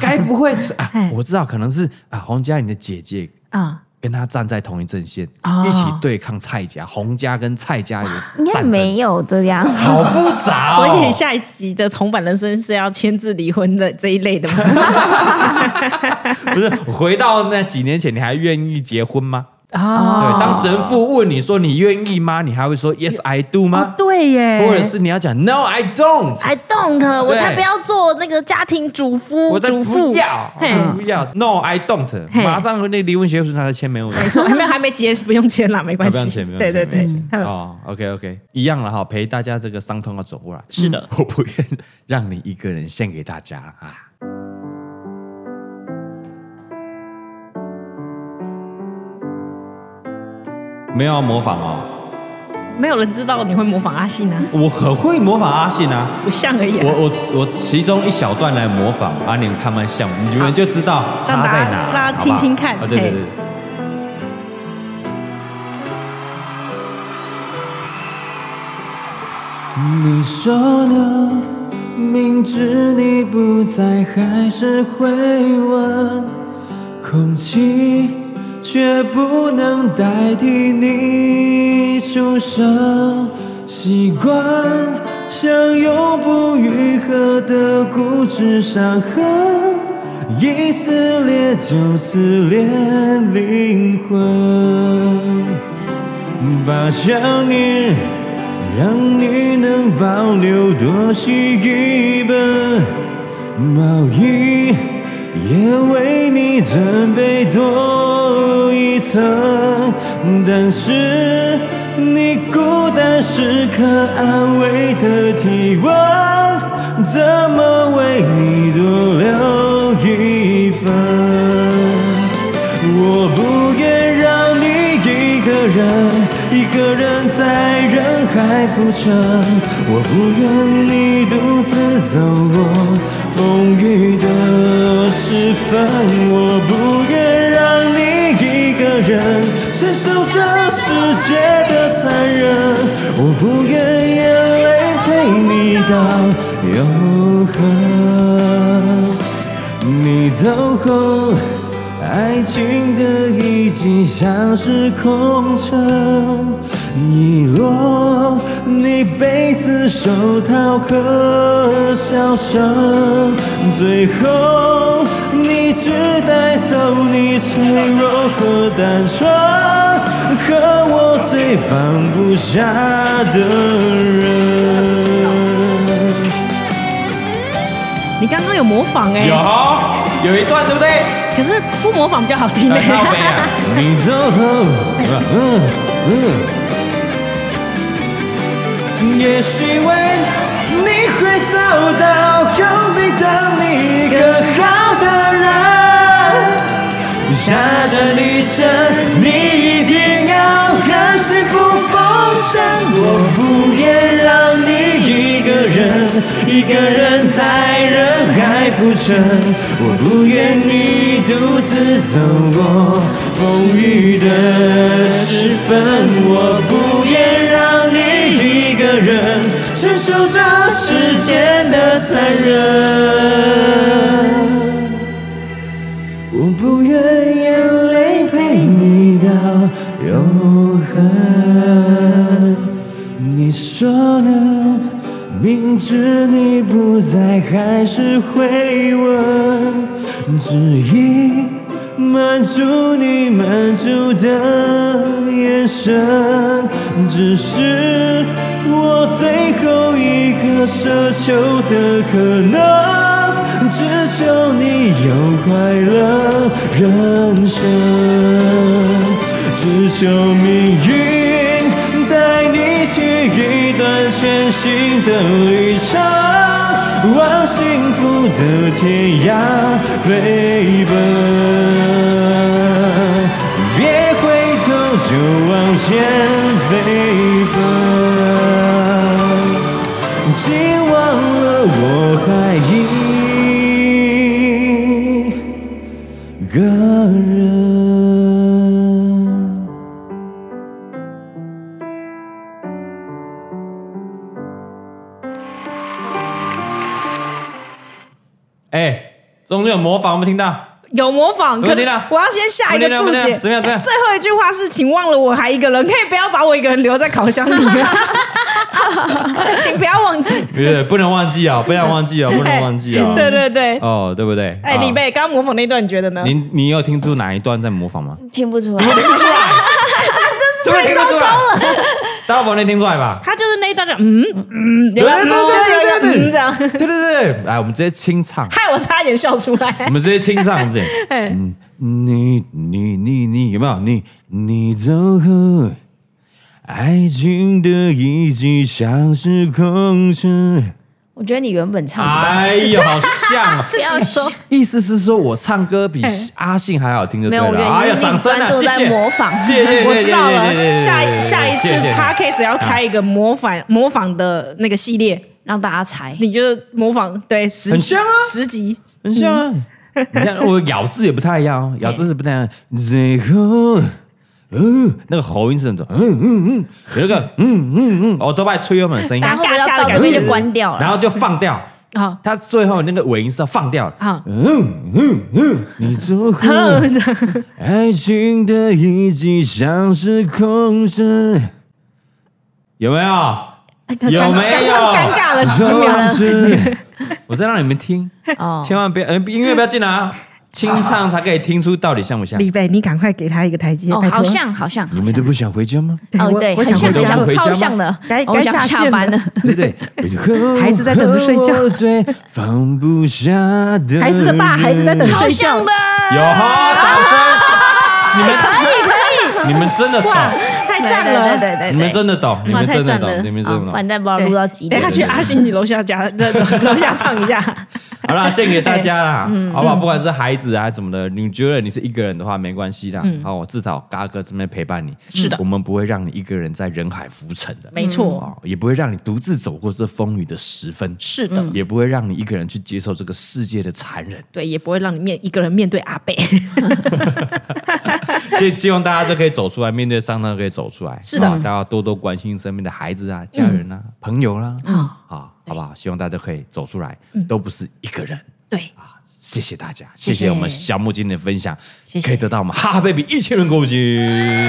[SPEAKER 2] 该不会是啊
[SPEAKER 4] 哎？
[SPEAKER 2] 我知道，可能是啊，洪嘉玲的姐姐
[SPEAKER 4] 啊，
[SPEAKER 2] 跟他站在同一阵线，
[SPEAKER 4] 哦
[SPEAKER 2] 一起对抗蔡家，洪家跟蔡家有
[SPEAKER 3] 应该
[SPEAKER 2] 战争，
[SPEAKER 3] 没有这样。
[SPEAKER 2] 好复杂哦。
[SPEAKER 4] 所以下一集的重返人生是要签字离婚的这一类的 吗？
[SPEAKER 2] 不是回到那几年前，你还愿意结婚吗？
[SPEAKER 4] 啊、
[SPEAKER 2] 对，当神父问你说你愿意吗？你还会
[SPEAKER 4] 哦
[SPEAKER 2] 说 Yes I do 吗？
[SPEAKER 4] 对耶
[SPEAKER 2] 或者是你要讲 No I don't，
[SPEAKER 4] I don't，我才不要做那个家庭主夫、
[SPEAKER 2] 我在
[SPEAKER 4] 主
[SPEAKER 2] 不
[SPEAKER 4] 妇。
[SPEAKER 2] 要
[SPEAKER 4] 嗯嘿
[SPEAKER 2] 不要 No I don't，
[SPEAKER 4] 嘿
[SPEAKER 2] 马上那离婚协议书拿来签没问题
[SPEAKER 4] 没。错，还没有还没结，不用签啦，没
[SPEAKER 2] 啊
[SPEAKER 4] 关
[SPEAKER 2] 不
[SPEAKER 4] 系
[SPEAKER 2] 用签，。不
[SPEAKER 4] 对
[SPEAKER 2] 用
[SPEAKER 4] 对
[SPEAKER 2] 签，
[SPEAKER 4] 对，
[SPEAKER 2] 不用
[SPEAKER 4] 嗯
[SPEAKER 2] 签哦，OK OK，一样了哈，陪大家这个伤痛要走过来。
[SPEAKER 4] 是的，
[SPEAKER 2] 我不愿让你一个人献给大家啊。没有要模仿哦，
[SPEAKER 4] 没有人知道你会模仿阿信啊，
[SPEAKER 2] 我很会模仿阿信啊。
[SPEAKER 4] 不像而已、啊。
[SPEAKER 2] 我我我其中一小段来模仿啊，你们看不看像，你们就知道差
[SPEAKER 4] 让大家
[SPEAKER 2] 在哪，
[SPEAKER 4] 让大家
[SPEAKER 2] 好不好
[SPEAKER 4] 听听看
[SPEAKER 2] 啊，对对对
[SPEAKER 4] 嘿。
[SPEAKER 2] 你说的，明知你不在，还是会问，空气却不能代替你出声，习惯像永不愈合的固执伤痕。一撕裂就撕裂灵魂。把想念，让你能保留多写一本毛衣，也为你准备多一层。但是你孤单是可安慰的体温，怎么为你独留一份？我不愿让你一个人，一个人在人海浮沉。我不愿你独自走过风雨的时分，我不愿让你一个人承受这世界的残忍。我不愿眼泪陪你到永恒。你走后，爱情的遗迹像是空城，遗落你被子手套和笑声，最后你只带走你脆弱和单纯，和我最放不下的人。
[SPEAKER 4] 你刚刚有模仿哎、
[SPEAKER 6] 啊有有一段对不对？
[SPEAKER 4] 可是不模仿比较好听哎、
[SPEAKER 6] 很靠背啊。
[SPEAKER 2] 你走后，嗯嗯，也许为你会找到有你的你更好的人，下的旅程你一定要很幸福丰盛。我不愿让你一个人，一个人在人海浮沉，我不愿你独自走过风雨的时分，我不愿让你一个人承受这世间的残忍。我不愿眼泪陪你到永恒。你说呢？明知你不在，还是会问，只因满足你满足的眼神，只是我最后一个奢求的可能，只求你有快乐人生，只求命运带你去一段全新的旅程，往幸福的天涯飞奔。别回头，就往前飞奔。请忘了，我还一个人。
[SPEAKER 6] 哎，中间有模仿，我们听到。
[SPEAKER 4] 有模仿，可
[SPEAKER 6] 有听
[SPEAKER 4] 能
[SPEAKER 6] 到
[SPEAKER 4] 我要先下一个
[SPEAKER 6] 有听到
[SPEAKER 4] 注
[SPEAKER 6] 有听
[SPEAKER 4] 解。
[SPEAKER 6] 到怎么样怎么样
[SPEAKER 4] 最后一句话是，请忘了我还一个人，可以不要把我一个人留在烤箱里 吗？请不要忘记。
[SPEAKER 6] 对，不能忘记啊，不能忘记啊，不能忘记啊。
[SPEAKER 4] 对对对。
[SPEAKER 6] 哦，对不对？
[SPEAKER 4] 哎，
[SPEAKER 6] 啊
[SPEAKER 4] 李，贝，刚刚模仿那段，你觉得呢？
[SPEAKER 6] 你你有听出哪一段在模仿吗？
[SPEAKER 3] 听不出来，
[SPEAKER 6] 是不是听得出来？大家伙能听出来吧？
[SPEAKER 4] 他就是那一段就嗯嗯，
[SPEAKER 6] 对对对对对对
[SPEAKER 4] 嗯这样。
[SPEAKER 6] 对对对，对来，我们直接清唱，
[SPEAKER 4] 害我差点笑出
[SPEAKER 6] 我
[SPEAKER 4] 来。
[SPEAKER 6] 们直接清唱，我们直接。
[SPEAKER 4] 哎
[SPEAKER 6] 嗯，你你你你有没有？你你走后，爱情的遗迹像是空城。
[SPEAKER 3] 我觉得你原本唱的
[SPEAKER 6] 哎呦，好像、哦。
[SPEAKER 3] 不要说，
[SPEAKER 6] 意思是说我唱歌比
[SPEAKER 4] 哎
[SPEAKER 6] 阿信还好听就
[SPEAKER 3] 没
[SPEAKER 6] 对
[SPEAKER 3] 有，我觉
[SPEAKER 6] 了。哎
[SPEAKER 3] 得
[SPEAKER 6] 呀，
[SPEAKER 3] 你
[SPEAKER 6] 掌
[SPEAKER 3] 你
[SPEAKER 6] 声
[SPEAKER 3] 专
[SPEAKER 6] 啊！
[SPEAKER 3] 注
[SPEAKER 6] 谢
[SPEAKER 3] 在
[SPEAKER 6] 谢，
[SPEAKER 3] 模仿，
[SPEAKER 6] 谢谢，
[SPEAKER 4] 我知道
[SPEAKER 6] 谢谢谢
[SPEAKER 4] 了，
[SPEAKER 6] 谢
[SPEAKER 4] 下
[SPEAKER 6] 谢
[SPEAKER 4] 一
[SPEAKER 6] 谢
[SPEAKER 4] 下一次
[SPEAKER 6] 谢谢
[SPEAKER 4] podcast 要开一个模仿模仿的那个系列，
[SPEAKER 3] 让大家猜。
[SPEAKER 4] 你就模仿对十
[SPEAKER 6] 很像啊
[SPEAKER 4] 十集，
[SPEAKER 6] 很像啊。
[SPEAKER 4] 嗯
[SPEAKER 6] 你看我咬字也不太一样哦，咬字是不太一样。最后，嗯，那个喉音是那种，嗯嗯嗯，有一个嗯嗯嗯，我都爱吹油门的声音，
[SPEAKER 3] 大家会不会到这边就关掉
[SPEAKER 6] 然
[SPEAKER 3] 了？
[SPEAKER 6] 后就放掉。
[SPEAKER 4] 啊
[SPEAKER 6] 它最后那个尾音是要放掉的。
[SPEAKER 4] 啊
[SPEAKER 6] 嗯嗯嗯，你走 后，爱情的遗迹像是空城，有没有？有没有？
[SPEAKER 4] 尴尬了几
[SPEAKER 6] 走
[SPEAKER 4] 秒
[SPEAKER 6] 上去 我再让你们听，
[SPEAKER 3] 哦，
[SPEAKER 6] 千万不要，呃音乐不要进来啊，清唱才可以听出到底像不像。
[SPEAKER 4] 李贝，你赶快给他一个台阶，
[SPEAKER 3] 哦
[SPEAKER 4] 拜，托
[SPEAKER 3] 好像好像，
[SPEAKER 6] 你们都不想回家 吗？
[SPEAKER 3] 哦
[SPEAKER 4] 我
[SPEAKER 3] 对，
[SPEAKER 4] 我
[SPEAKER 3] 很像
[SPEAKER 4] 想
[SPEAKER 6] 回家
[SPEAKER 3] 讲
[SPEAKER 6] 了
[SPEAKER 3] 超像的，
[SPEAKER 4] 该
[SPEAKER 3] 我
[SPEAKER 4] 该
[SPEAKER 3] 想
[SPEAKER 4] 下
[SPEAKER 3] 下
[SPEAKER 4] 线
[SPEAKER 3] 班
[SPEAKER 4] 了
[SPEAKER 3] 了。
[SPEAKER 6] 对 不对？
[SPEAKER 4] 孩子在等着睡觉
[SPEAKER 6] 和我最放不下的
[SPEAKER 4] 孩子的爸孩子在等
[SPEAKER 6] 人
[SPEAKER 4] 睡觉
[SPEAKER 3] 的，
[SPEAKER 6] 有哈，掌声！你们可以可以，你们真的懂，
[SPEAKER 3] 太太赞了，
[SPEAKER 7] 对对对
[SPEAKER 2] 你们真的懂，你
[SPEAKER 3] 哇，
[SPEAKER 2] 们
[SPEAKER 3] 太
[SPEAKER 2] 真的
[SPEAKER 3] 赞了
[SPEAKER 2] 懂，，你们真
[SPEAKER 3] 好
[SPEAKER 2] 的哦
[SPEAKER 3] 不
[SPEAKER 2] 懂。
[SPEAKER 3] 然再把我录到几
[SPEAKER 4] 等
[SPEAKER 3] 点
[SPEAKER 4] 一下？去阿信你楼下家楼下唱一下。
[SPEAKER 2] 好啦，献给大家啦，好不好？不管是孩子啊什么的，你觉得你是一个人的话，没关系啦。好，我至少嘎哥这边陪伴你。是的，我们不会让你一个人在人海浮沉的。
[SPEAKER 4] 没错，
[SPEAKER 2] 哦，也不会让你独自走过这风雨的时分，是
[SPEAKER 4] 的，
[SPEAKER 2] 也不会让你一个人去接受这个世界的残忍。
[SPEAKER 4] 对，也不会让你面一个人面对阿贝。
[SPEAKER 2] 希希望大家都可以走出来，面对伤痛可以走出来。
[SPEAKER 4] 是的
[SPEAKER 2] 啊大家多多关心身边的孩子啊、家人啊、朋友啦，啊，好不好？希望大家都可以走出来，都不是一个人。
[SPEAKER 4] 对，
[SPEAKER 2] 谢谢大家，谢
[SPEAKER 4] 谢
[SPEAKER 2] 谢我们小木今天的分享，
[SPEAKER 4] 谢谢
[SPEAKER 2] 可以得到我们哈哈 baby 一千人购物金，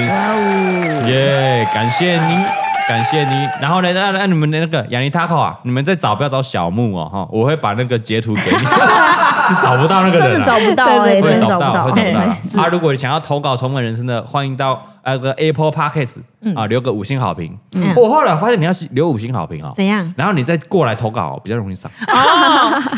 [SPEAKER 2] 哇哦，耶！感谢您，感谢您。然后呢，那那你们的那个养尼 taco 啊，你们再找不要找小木哦，哈，我会把那个截图给你，是找不到那个
[SPEAKER 3] 真
[SPEAKER 2] 人、啊，
[SPEAKER 3] 的找不到哎，
[SPEAKER 2] 会
[SPEAKER 3] 真的
[SPEAKER 2] 找
[SPEAKER 3] 找
[SPEAKER 2] 不到，会
[SPEAKER 3] 不
[SPEAKER 2] 找不
[SPEAKER 3] 到
[SPEAKER 2] 到。 啊，如果你想要投稿《重返人生》的，欢迎到那个 Apple Podcast
[SPEAKER 4] 嗯
[SPEAKER 2] 啊，留个五星好评。我后来发现你要是留五星好评哦，
[SPEAKER 7] 怎样？
[SPEAKER 2] 然后你再过来投稿哦，比较容易 上。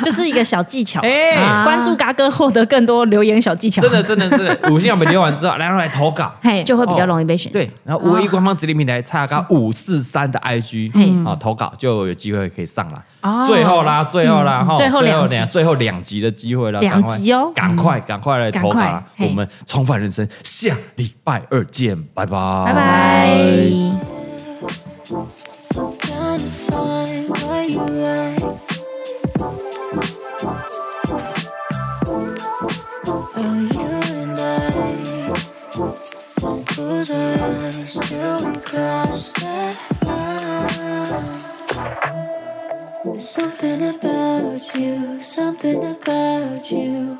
[SPEAKER 4] 这是一个小技巧。
[SPEAKER 2] 哎，
[SPEAKER 4] 关注嘎哥，获得更多留言小技巧。
[SPEAKER 2] 真的，真的，真的，五星好评留完之后，然后来投稿。
[SPEAKER 4] 嘿，哦
[SPEAKER 3] 就会比较容易被选。
[SPEAKER 2] 对，，然后唯一官方指定平台蔡雅高五四三的 IG 啊，投稿就有机会可以上来。
[SPEAKER 4] 哦嗯
[SPEAKER 2] 最后啦，最后啦，哈，
[SPEAKER 4] 最后两集
[SPEAKER 2] 两最后两集的机会了，
[SPEAKER 4] 两
[SPEAKER 2] 赶快
[SPEAKER 4] 集哦
[SPEAKER 2] 赶快赶快来投稿啦！
[SPEAKER 4] 赶快
[SPEAKER 2] 我
[SPEAKER 4] 嘿
[SPEAKER 2] 们重返人生，下礼拜二见，拜拜，
[SPEAKER 4] 拜拜。
[SPEAKER 1] Trying to find what you like. Oh, you and I, one closer eyes till we cross that line. There's something about you, something about you.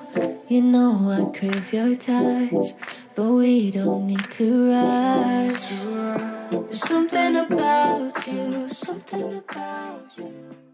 [SPEAKER 1] You know I crave your touch, but we don't need to rush. There's something about you, something about you.